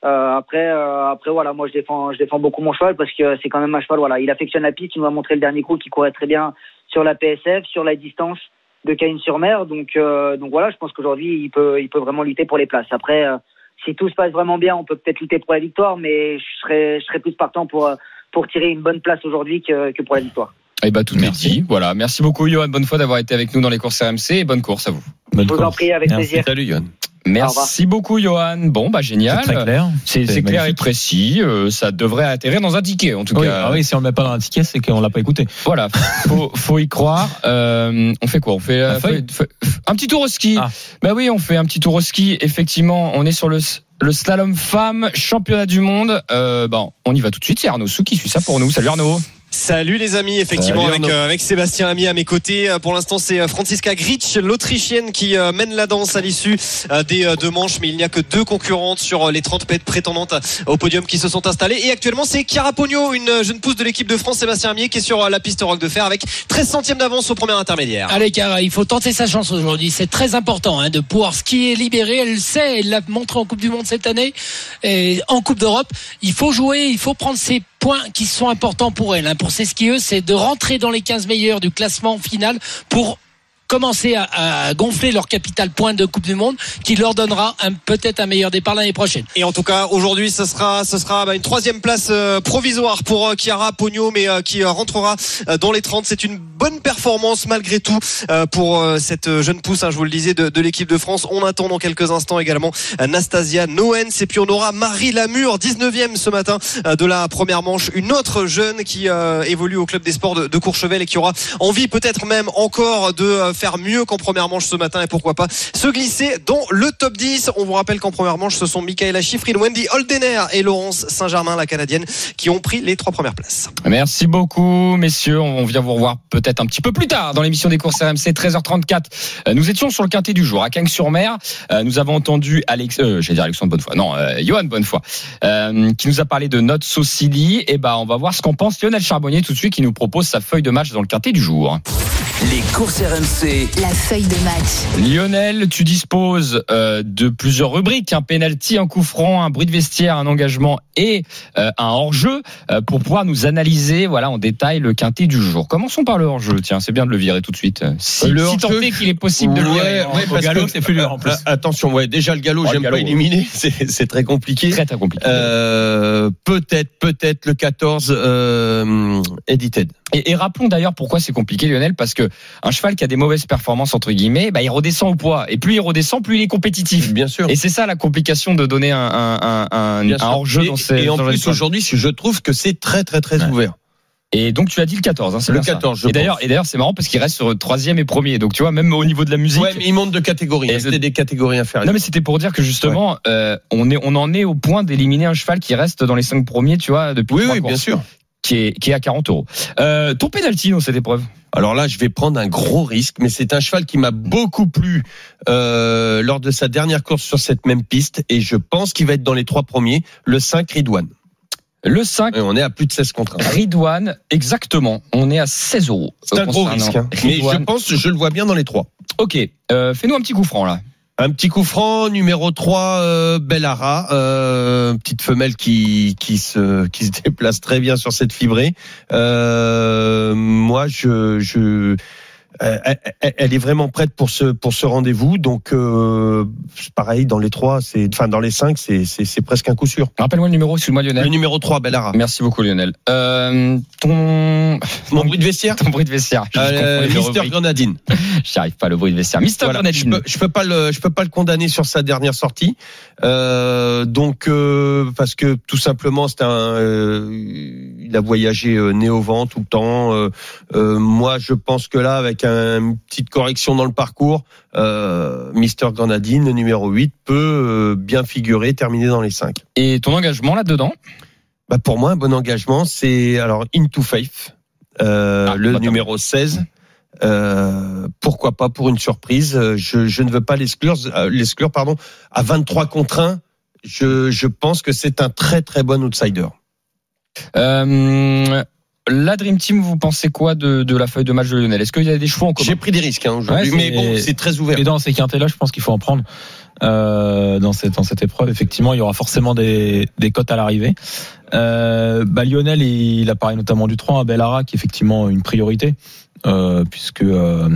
[SPEAKER 7] Euh, après, euh, après voilà, moi je défends, je défends beaucoup mon cheval parce que c'est quand même un cheval. Voilà, il affectionne la piste. Il nous a montré le dernier coup qui courait très bien sur la PSF, sur la distance de Cagnes-sur-Mer. Donc, euh, donc voilà, je pense qu'aujourd'hui il peut, il peut vraiment lutter pour les places. Après, euh, si tout se passe vraiment bien, on peut peut-être lutter pour la victoire, mais je serais, je serais plus partant pour. euh, pour tirer une bonne place aujourd'hui que, que pour la victoire.
[SPEAKER 3] Eh ben tout merci. Voilà, merci beaucoup Johan Bonnefoy d'avoir été avec nous dans les courses RMC et bonne course à vous.
[SPEAKER 4] Bonne
[SPEAKER 7] Je vous en
[SPEAKER 4] course.
[SPEAKER 7] prie, avec
[SPEAKER 4] Merci.
[SPEAKER 7] plaisir.
[SPEAKER 6] Salut Johan.
[SPEAKER 3] Merci beaucoup Johan. Bon bah
[SPEAKER 4] C'est très
[SPEAKER 3] génial.
[SPEAKER 4] clair.
[SPEAKER 3] C'est c'est clair et précis. Euh, ça devrait atterrir dans un ticket en tout
[SPEAKER 4] Oui,
[SPEAKER 3] cas.
[SPEAKER 4] ah oui, si on le met pas dans un ticket, c'est qu'on l'a pas écouté.
[SPEAKER 3] Voilà, faut, faut y croire. Euh, on fait quoi On fait, euh,
[SPEAKER 4] feuille
[SPEAKER 3] fait- fait- un petit tour au ski.
[SPEAKER 4] Ah.
[SPEAKER 3] Bah oui, on fait un petit tour au ski. Effectivement, on est sur le s- le slalom femme championnat du monde. Euh, bon, on y va tout de suite. C'est Arnaud Sou qui suit ça pour nous. Salut Arnaud.
[SPEAKER 8] Salut les amis, effectivement
[SPEAKER 6] Salut,
[SPEAKER 8] avec,
[SPEAKER 6] Arnaud.
[SPEAKER 8] euh, avec Sébastien Ami à mes côtés. Euh, Pour l'instant c'est euh, Franziska Gritsch, l'Autrichienne qui euh, mène la danse à l'issue euh, des euh, deux manches, mais il n'y a que deux concurrentes sur euh, les 30 pètes prétendantes euh, au podium qui se sont installées. Et actuellement c'est Chiara Pogno, une euh, jeune pousse de l'équipe de France, Sébastien Ami, qui est sur euh, la piste rock de fer avec 13 centièmes d'avance au premier intermédiaire.
[SPEAKER 9] Allez, Cara, il faut tenter sa chance aujourd'hui. C'est très important hein, de pouvoir skier libéré. Elle le sait, elle l'a montré en Coupe du Monde cette année et en Coupe d'Europe. Il faut jouer, il faut prendre ces points qui sont importants pour elle. hein. Pour ces skieuses, c'est de rentrer dans les 15 meilleurs du classement final pour commencer à, à gonfler leur capital point de Coupe du Monde qui leur donnera un- peut-être un meilleur départ l'année prochaine.
[SPEAKER 8] Et en tout cas, aujourd'hui, ce sera, ce sera bah, une troisième place euh, provisoire pour euh, Chiara Pogno, mais euh, qui euh, rentrera euh, dans les 30. C'est une bonne performance malgré tout euh, pour euh, cette jeune pousse, hein, je vous le disais, de, de l'équipe de France. On attend dans quelques instants également euh, Nastasia Noens. Et puis on aura Marie Lamure, 19e ce matin euh, de la première manche. Une autre jeune qui euh, évolue au club des sports de, de Courchevel et qui aura envie peut-être même encore de euh, faire mieux qu'en première manche ce matin et pourquoi pas se glisser dans le top 10. On vous rappelle qu'en première manche, ce sont Michaela Schifrin, Wendy Holdener et Laurence Saint-Germain, la Canadienne, qui ont pris les trois premières places.
[SPEAKER 3] Merci beaucoup, messieurs. On vient vous revoir peut-être un petit peu plus tard dans l'émission des courses RMC 13h34. Euh, Nous étions sur le quintet du jour à Cagnes-sur-Mer. Euh, Nous avons entendu Alex, euh, j'allais dire Alexandre Bonnefoy, non, euh, Johan Bonnefoy, euh, qui nous a parlé de notre Saucilly. Et ben, on va voir ce qu'en pense Lionel Charbonnier tout de suite, qui nous propose sa feuille de match dans le quintet du jour.
[SPEAKER 1] Les courses RMC.
[SPEAKER 2] la feuille de match.
[SPEAKER 3] Lionel, tu disposes euh, de plusieurs rubriques un penalty, un coup franc, un bruit de vestiaire, un engagement et euh, un hors-jeu euh, pour pouvoir nous analyser, voilà, en détail le quintet du jour. Commençons par le hors-jeu. Tiens, c'est bien de le virer tout de suite. Euh, Si,
[SPEAKER 6] Le
[SPEAKER 3] si tant
[SPEAKER 6] hors-jeu-
[SPEAKER 3] est qu'il est possible de le virer.
[SPEAKER 6] ouais,
[SPEAKER 4] au
[SPEAKER 6] parce
[SPEAKER 4] galop,
[SPEAKER 6] que-
[SPEAKER 4] c'est plus dur, en plus.
[SPEAKER 6] Ah, Attention, ouais, déjà le galop,
[SPEAKER 3] Oh, le
[SPEAKER 6] j'aime
[SPEAKER 3] galop,
[SPEAKER 6] pas
[SPEAKER 3] ouais.
[SPEAKER 6] éliminer, c'est c'est très compliqué.
[SPEAKER 3] Très très compliqué.
[SPEAKER 6] Euh, peut-être, peut-être le 14 euh, Edited.
[SPEAKER 3] Et, et rappelons d'ailleurs pourquoi c'est compliqué, Lionel, parce que que un cheval qui a des mauvaises performances entre guillemets, bah, il redescend au poids et plus il redescend, plus il est compétitif.
[SPEAKER 6] Bien sûr.
[SPEAKER 3] Et c'est ça la complication de donner un, un, un, un,
[SPEAKER 6] Bien
[SPEAKER 3] un
[SPEAKER 6] sûr.
[SPEAKER 3] hors-jeu
[SPEAKER 6] Et-
[SPEAKER 3] dans ces.
[SPEAKER 6] Et en
[SPEAKER 3] dans les
[SPEAKER 6] plus,
[SPEAKER 3] soirs.
[SPEAKER 6] aujourd'hui, je trouve que c'est très, très, très
[SPEAKER 3] Ouais.
[SPEAKER 6] ouvert.
[SPEAKER 3] Et donc tu as dit le 14, hein, c'est
[SPEAKER 6] Le
[SPEAKER 3] bien ça.
[SPEAKER 6] 14, je
[SPEAKER 3] Et d'ailleurs, et d'ailleurs, c'est marrant parce qu'il reste sur troisième et premier. Donc tu vois, même au niveau de la musique.
[SPEAKER 6] Ouais, mais ils montent de catégorie.
[SPEAKER 3] Et
[SPEAKER 6] hein.
[SPEAKER 3] le-
[SPEAKER 6] C'était des catégories inférieures.
[SPEAKER 3] Non mais c'était pour dire que justement euh, on est on en est au point d'éliminer un cheval qui reste dans les cinq premiers tu vois depuis
[SPEAKER 6] oui,
[SPEAKER 3] trois
[SPEAKER 6] oui, bien
[SPEAKER 3] courses,
[SPEAKER 6] sûr.
[SPEAKER 3] qui est qui est à 40 euros. Euh, ton penalty dans cette épreuve.
[SPEAKER 6] Alors là, je vais prendre un gros risque, mais c'est un cheval qui m'a beaucoup plu euh, lors de sa dernière course sur cette même piste, et je pense qu'il va être dans les trois premiers. Le 5 Ridwan.
[SPEAKER 3] Le 5
[SPEAKER 6] Et on est à plus de 16 contre 1.
[SPEAKER 3] Ridwan exactement. On est à 16 euros.
[SPEAKER 6] C'est un gros
[SPEAKER 3] concernant
[SPEAKER 6] risque. hein. Mais
[SPEAKER 3] Ridwan.
[SPEAKER 6] je pense, je le vois bien dans les trois.
[SPEAKER 3] Ok, euh, fais-nous un petit coup franc là.
[SPEAKER 6] Un petit coup franc, numéro 3, euh, Bellara, euh, petite femelle qui, qui, se, qui se déplace très bien sur cette fibrée. Euh, moi, je, je, euh, elle- elle- elle est vraiment prête pour ce, pour ce rendez-vous. Donc, euh, c'est pareil, dans les trois, c'est, enfin, dans les cinq, c'est, c'est, c'est presque un coup sûr.
[SPEAKER 3] Rappelle-moi le numéro, excuse-moi Lionel.
[SPEAKER 6] Le numéro 3, Bellara.
[SPEAKER 3] Merci beaucoup Lionel. Euh, ton
[SPEAKER 6] Mon bruit de vestiaire
[SPEAKER 3] ton bruit de vestiaire. Je
[SPEAKER 6] euh,
[SPEAKER 3] confonds les deux
[SPEAKER 6] Mister
[SPEAKER 3] rubriques.
[SPEAKER 6] Grenadine.
[SPEAKER 3] J'arrive pas le bruit de vestiaire. Mister
[SPEAKER 6] Voilà, je
[SPEAKER 3] Grenadine.
[SPEAKER 6] peux, je peux pas le, je peux pas le condamner sur sa dernière sortie, Euh, donc euh, parce que tout simplement c'est un, euh, il a voyagé euh, né au vent tout le temps. Euh, euh, moi, je pense que là, avec un- une petite correction dans le parcours, euh, Mister Grenadine, le numéro 8, peut euh, bien figurer, terminer dans les 5
[SPEAKER 3] Et ton engagement là-dedans
[SPEAKER 6] Bah pour moi, un bon engagement, c'est alors Into Faith, euh,
[SPEAKER 3] Ah,
[SPEAKER 6] le
[SPEAKER 3] bah,
[SPEAKER 6] numéro 16. Euh, pourquoi pas pour une surprise euh, je, je ne veux pas l'exclure, euh, l'exclure pardon, à 23 contre 1. Je, je pense que c'est un très très bon outsider.
[SPEAKER 3] Euh, la Dream Team, vous pensez quoi de, de la feuille de match de Lionel Est-ce qu'il y a des chevaux en commun
[SPEAKER 6] J'ai pris des risques hein, aujourd'hui,
[SPEAKER 4] Ouais,
[SPEAKER 6] mais
[SPEAKER 4] c'est-
[SPEAKER 6] bon, c'est très ouvert.
[SPEAKER 4] Et dans ces quintets-là, je pense qu'il faut en prendre. Euh, dans cette dans cette épreuve, effectivement, il y aura forcément des des cotes à l'arrivée. Euh, bah Lionel, il, il apparaît notamment du 3 à Bellara, qui est effectivement une priorité, euh, puisque euh,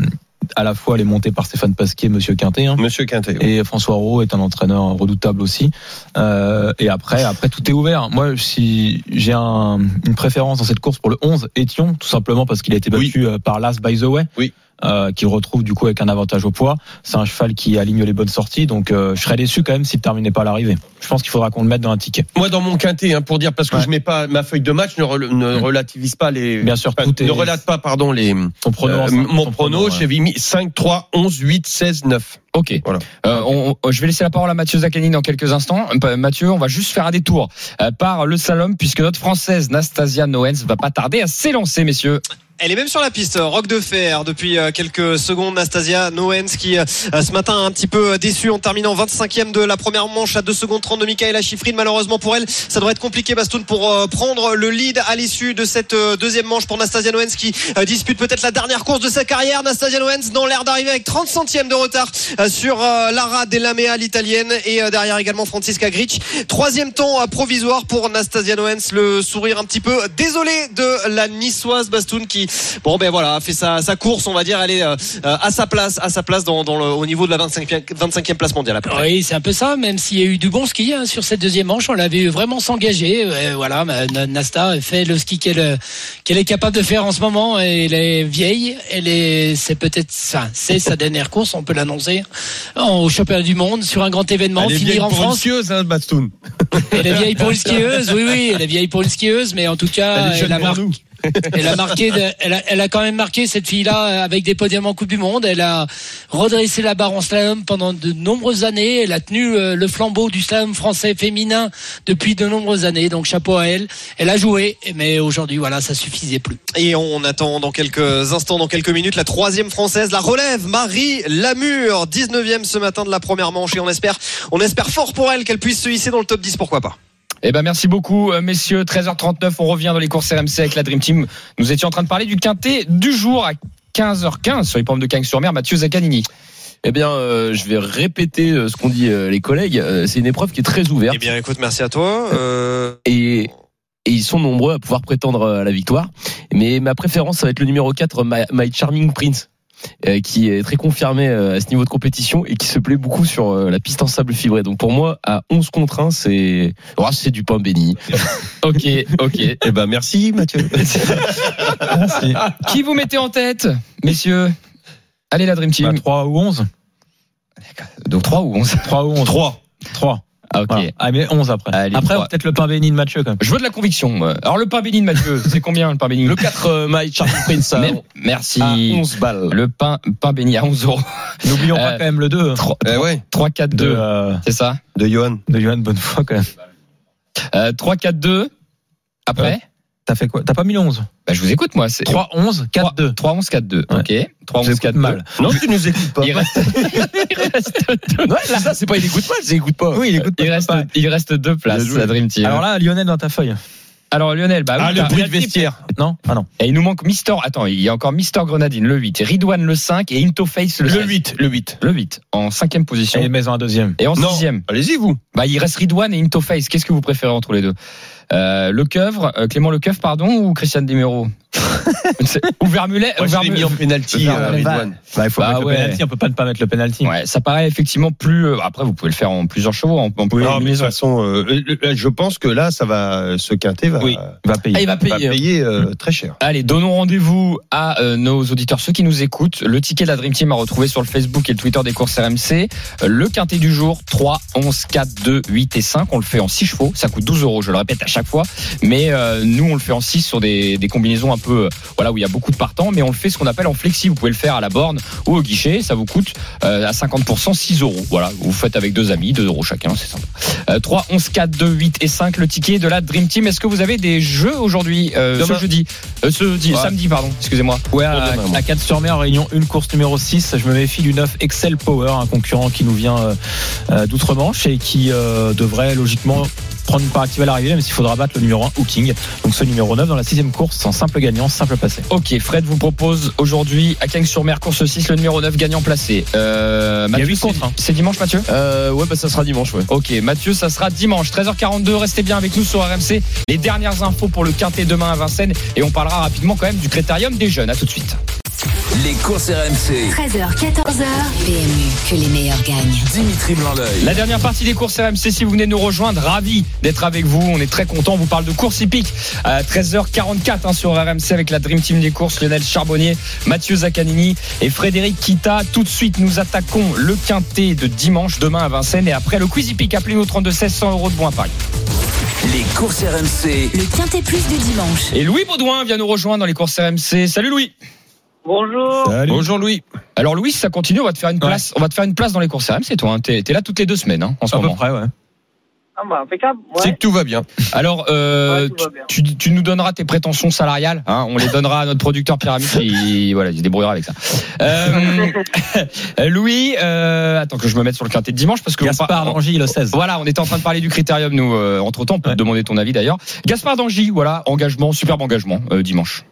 [SPEAKER 4] à la fois elle est montée par Stéphane Pasquier, Monsieur Quintet, hein,
[SPEAKER 6] Monsieur Quintet. oui.
[SPEAKER 4] et François Rowe est un entraîneur redoutable aussi. Euh, et après, après tout est ouvert. Moi, si j'ai un- une préférence dans cette course pour le 11, Étion, tout simplement parce qu'il a été
[SPEAKER 6] Oui.
[SPEAKER 4] battu euh, par Las By the Way.
[SPEAKER 6] Oui.
[SPEAKER 4] Euh, qu'il retrouve du coup avec un avantage au poids. C'est un cheval qui aligne les bonnes sorties, donc euh, je serais déçu quand même s'il terminait pas à l'arrivée. Je pense qu'il faudra qu'on le mette dans un ticket.
[SPEAKER 6] Moi, dans mon quintet, hein, pour dire, parce que
[SPEAKER 4] Ouais. Mm.
[SPEAKER 6] je mets pas ma feuille de match, ne, rel- ne relativise pas les.
[SPEAKER 4] Bien sûr,
[SPEAKER 6] enfin,
[SPEAKER 4] tout est-
[SPEAKER 6] ne relate pas, pardon, les.
[SPEAKER 4] Ton prono,
[SPEAKER 6] euh,
[SPEAKER 4] hein,
[SPEAKER 6] mon
[SPEAKER 4] ton
[SPEAKER 6] prono,
[SPEAKER 4] ouais.
[SPEAKER 6] j'ai mis 5, 3, 11, 8, 16, 9.
[SPEAKER 3] Ok.
[SPEAKER 6] Voilà.
[SPEAKER 3] Euh, on- on- je vais laisser la parole à Mathieu Zaccanini dans quelques instants. Euh, Mathieu, on va juste faire un détour euh, par le slalom puisque notre française Nastasia Noens va pas tarder à s'élancer, messieurs.
[SPEAKER 8] Elle est même sur la piste, euh, Rock de Fer, depuis euh, quelques secondes. Nastasia Noens qui, euh, ce matin, a un petit peu euh, déçue en terminant 25e de la première manche à 2 secondes 30 de Michaela Schifrin. Malheureusement pour elle, ça devrait être compliqué, Bastoun, pour euh, prendre le lead à l'issue de cette euh, deuxième manche pour Nastasia Noens qui euh, dispute peut-être la dernière course de sa carrière. Nastasia Noens dans l'air d'arriver avec 30 centièmes de retard euh, sur euh, Lara Delamea, l'italienne, et euh, derrière également Francisca Grich. Troisième temps euh, provisoire pour Nastasia Noens, le sourire un petit peu désolé de la niçoise Bastoun qui bon ben voilà fait sa, sa course on va dire elle est euh, euh, à sa place à sa place dans, dans le, au niveau de la 25e, 25e place mondiale à peu près.
[SPEAKER 9] Oui, c'est un peu ça, même s'il y a eu du bon ski hein, sur cette deuxième manche, on l'avait vraiment s'engager. Euh, voilà, ma- Na- Nasta fait le ski qu'elle euh, qu'elle est capable de faire en ce moment. Elle est vieille, elle est, c'est peut-être ça, c'est sa dernière course, on peut l'annoncer, en- au championnat du monde, sur un grand événement,
[SPEAKER 6] Elle est vieille
[SPEAKER 9] finir en
[SPEAKER 6] pour une
[SPEAKER 9] France.
[SPEAKER 6] scieuse, hein, Bastoun.
[SPEAKER 9] Elle est vieille pour une skieuse, oui, oui, elle est vieille pour une skieuse, mais en tout cas,
[SPEAKER 6] Elle est jeune
[SPEAKER 9] a
[SPEAKER 6] pour
[SPEAKER 9] marqué.
[SPEAKER 6] nous.
[SPEAKER 9] Elle a marqué, de- elle, a, elle a quand même marqué cette fille-là euh, avec des podiums en Coupe du Monde. Elle a redressé la barre en slalom pendant de nombreuses années. Elle a tenu euh, le flambeau du slalom français féminin depuis de nombreuses années. Donc chapeau à elle. Elle a joué, mais aujourd'hui, voilà, ça suffisait plus.
[SPEAKER 8] Et on attend dans quelques instants, dans quelques minutes, la troisième française, la relève, Marie Lamure, 19e ce matin de la première manche. Et on espère, on espère fort pour elle qu'elle puisse se hisser dans le top 10, pourquoi pas.
[SPEAKER 3] Eh ben merci beaucoup, euh, messieurs. 13h39, on revient dans les courses RMC avec la Dream Team. Nous étions en train de parler du quintet du jour à 15h15 sur les pommes de Cagnes-sur-Mer. Mathieu Zaccanini.
[SPEAKER 5] Eh bien, euh, je vais répéter euh, ce qu'ont dit euh, les collègues. Euh, c'est une épreuve qui est très ouverte
[SPEAKER 8] Eh bien, écoute, merci à toi. Euh,
[SPEAKER 5] et, et ils sont nombreux à pouvoir prétendre euh, à la victoire. Mais ma préférence, ça va être le numéro 4, My, My euh, Charming Prince. euh, qui est très confirmé euh, à ce niveau de compétition et qui se plaît beaucoup sur euh, la piste en sable fibré. Donc pour moi, à 11 contre 1, c'est oh, c'est du pain béni.
[SPEAKER 3] Ok, ok.
[SPEAKER 6] Eh ben merci Mathieu.
[SPEAKER 3] Qui vous mettez en tête, messieurs Allez la Dream Team.
[SPEAKER 4] Bah, 3 ou 11
[SPEAKER 3] Donc 3 ou 11
[SPEAKER 4] 3 ou 11 3 3
[SPEAKER 3] Ah ok.
[SPEAKER 4] Voilà. Ah, mais 11 après.
[SPEAKER 3] Allez,
[SPEAKER 4] après,
[SPEAKER 3] trois.
[SPEAKER 4] peut-être le pain béni de Mathieu quand même.
[SPEAKER 3] Je veux de la conviction. moi. Alors le pain béni de Mathieu, c'est combien le pain béni
[SPEAKER 5] Le 4 euh, Mike Charles Prince euh, à,
[SPEAKER 3] Mer- Merci. Euh,
[SPEAKER 5] à bah, 11 balles.
[SPEAKER 3] Le pain, pain béni à 11 euros.
[SPEAKER 4] N'oublions
[SPEAKER 3] Euh,
[SPEAKER 4] pas quand même le 2
[SPEAKER 3] 3,
[SPEAKER 6] eh ouais,
[SPEAKER 3] 4,
[SPEAKER 4] de,
[SPEAKER 3] 2.
[SPEAKER 4] euh,
[SPEAKER 3] C'est ça
[SPEAKER 6] de Johan.
[SPEAKER 4] de Johan Bonnefoy quand même.
[SPEAKER 3] Euh, 3, 4, 2. Après
[SPEAKER 4] T'as fait quoi T'as pas mis le 11
[SPEAKER 3] bah, Je vous écoute, moi. c'est
[SPEAKER 4] 3, 11, 4, 2.
[SPEAKER 3] 3, 11, 4, 2.
[SPEAKER 4] Ouais.
[SPEAKER 3] Ok. 3, 11,
[SPEAKER 4] J'écoute
[SPEAKER 3] 4, 2.
[SPEAKER 4] mal.
[SPEAKER 6] Non, tu nous écoutes pas.
[SPEAKER 3] Il reste, il reste deux.
[SPEAKER 5] Ouais, là, ça, c'est pas, il écoute pas, il écoute pas.
[SPEAKER 4] Oui, il écoute
[SPEAKER 3] Il reste, il reste deux places, la Dream Team.
[SPEAKER 4] Alors là, Lionel dans ta feuille.
[SPEAKER 3] Alors, Lionel, bah, oui, t'as-
[SPEAKER 4] de vestiaire. Non Ah non.
[SPEAKER 3] et il nous manque Mister. Attends, il y a encore Mister Grenadine, le 8, Ridwan le 5 et Into Face le, 16.
[SPEAKER 6] 8, le 8.
[SPEAKER 3] Le 8, en cinquième position.
[SPEAKER 4] Et maison à deuxième.
[SPEAKER 3] Et en
[SPEAKER 6] Non.
[SPEAKER 3] sixième.
[SPEAKER 6] Allez-y vous.
[SPEAKER 3] Bah, il reste Ridwan et Into Face. Qu'est-ce que vous préférez entre les deux euh, Le Coeuvre, euh, Clément Le Coeuvre, pardon, ou Christian Demiro C'est- Ou Vermulet
[SPEAKER 6] Moi,
[SPEAKER 3] ou
[SPEAKER 6] je l'ai
[SPEAKER 3] Vermu-
[SPEAKER 6] mis en pénalty
[SPEAKER 4] Vermulet.
[SPEAKER 6] euh, Ridwan.
[SPEAKER 4] Bah, il faut
[SPEAKER 3] Bah,
[SPEAKER 4] mettre
[SPEAKER 3] ouais.
[SPEAKER 4] le penalty. On peut pas ne pas mettre le penalty.
[SPEAKER 3] Ouais, ça paraît effectivement plus. euh, Après, vous pouvez le faire en plusieurs chevaux, en, en
[SPEAKER 6] Non,
[SPEAKER 3] plusieurs
[SPEAKER 6] mais de toute
[SPEAKER 3] combinaisons.
[SPEAKER 6] façon, euh, le- le- je pense que là, ça va, euh, ce quintet va,
[SPEAKER 4] Oui. Va payer.
[SPEAKER 5] Ah, il va
[SPEAKER 6] va
[SPEAKER 5] payer.
[SPEAKER 6] payer euh, très cher.
[SPEAKER 3] Allez, donnons rendez-vous à euh, nos auditeurs, ceux qui nous écoutent. Le ticket de la Dream Team à retrouver sur le Facebook et le Twitter des courses RMC. Euh, Le quintet du jour, 3, 11, 4, 2, 8 et 5. On le fait en 6 chevaux. Ça coûte 12 euros, je le répète à chaque fois. Mais euh, nous, on le fait en 6 sur des, des combinaisons un peu, euh, voilà, où il y a beaucoup de partants. Mais on le fait ce qu'on appelle en flexi. Vous pouvez le faire à la borne ou au guichet. Ça vous coûte euh, à 50% 6 euros. Voilà, vous faites avec deux amis, 2 euros chacun, c'est sympa. Euh, 3, 11, 4, 2, 8 et 5, le ticket de la Dream Team. Est-ce que vous avez des jeux aujourd'hui, euh, ce
[SPEAKER 5] Demain.
[SPEAKER 3] jeudi euh, ce di-
[SPEAKER 5] Ouais.
[SPEAKER 3] samedi, pardon, excusez-moi. Euh,
[SPEAKER 4] Ouais,
[SPEAKER 5] Pour
[SPEAKER 4] à,
[SPEAKER 5] demain, moi.
[SPEAKER 4] Ah, à 4 sur mer, Réunion 1, course numéro 6. Je me méfie du 9 Excel Power, un concurrent qui nous vient euh, euh, d'outre-Manche et qui euh, devrait logiquement prendre une part active à l'arrivée, même s'il faudra battre le numéro 1 Hooking. Donc ce numéro 9 dans la sixième course, en simple gagnant, simple passé.
[SPEAKER 3] Ok, Fred vous propose aujourd'hui à Cagnes-sur-Mer, course 6, le numéro 9 gagnant placé. Euh,
[SPEAKER 4] Il y a
[SPEAKER 3] Mathieu,
[SPEAKER 4] huit contre,
[SPEAKER 3] c'est-
[SPEAKER 4] hein.
[SPEAKER 3] C'est dimanche, Mathieu
[SPEAKER 5] Euh, ouais, bah, ça sera dimanche, ouais.
[SPEAKER 3] Ok, Mathieu, ça sera dimanche, 13h42. Restez bien avec nous sur RMC. Les dernières infos pour le quintet demain à Vincennes. Et on parlera rapidement quand même du critérium des jeunes. À tout de suite.
[SPEAKER 1] Les courses RMC.
[SPEAKER 2] 13h, 14h. PMU, que les meilleurs gagnent.
[SPEAKER 1] Dimitri Blanc-L'œil.
[SPEAKER 3] La dernière partie des courses RMC, si vous venez nous rejoindre, ravi d'être avec vous. On est très content. On vous parle de courses hippiques à 13h44 hein, sur RMC avec la Dream Team des courses, Lionel Charbonnier, Mathieu Zaccanini et Frédéric Kita. Tout de suite, nous attaquons le quintet de dimanche demain à Vincennes et après le quiz hippique. Appelez-nous 32 16 100 euros de bons à Paris.
[SPEAKER 1] Les courses RMC.
[SPEAKER 2] Le Quintet Plus du dimanche.
[SPEAKER 3] Et Louis Baudouin vient nous rejoindre dans les courses RMC. Salut Louis.
[SPEAKER 7] Bonjour.
[SPEAKER 6] Bonjour Louis.
[SPEAKER 3] Alors Louis, si ça continue. On va te faire une place. On va te faire une place dans les courses RMC. Toi, hein. t'es t'es là toutes les deux semaines hein, en ce
[SPEAKER 4] À peu
[SPEAKER 3] moment.
[SPEAKER 4] près, ouais.
[SPEAKER 7] Ah bah, impeccable.
[SPEAKER 6] C'est
[SPEAKER 7] Ouais.
[SPEAKER 6] que tout va bien.
[SPEAKER 3] Alors, euh,
[SPEAKER 7] Ouais, tout va bien.
[SPEAKER 3] tu, tu- tu nous donneras tes prétentions salariales. Hein, on les donnera à notre producteur pyramide qui voilà, il se débrouillera avec ça. Euh, Louis, euh, attends que je me mette sur le quintet de dimanche parce que on
[SPEAKER 4] Gaspard
[SPEAKER 3] par-
[SPEAKER 4] Langy, le 16.
[SPEAKER 3] voilà, on était en train de parler du critérium, nous. euh, entre temps, on peut te
[SPEAKER 4] Ouais.
[SPEAKER 3] demander ton avis d'ailleurs. Gaspard d'Angy, voilà, engagement, superbe engagement euh, dimanche.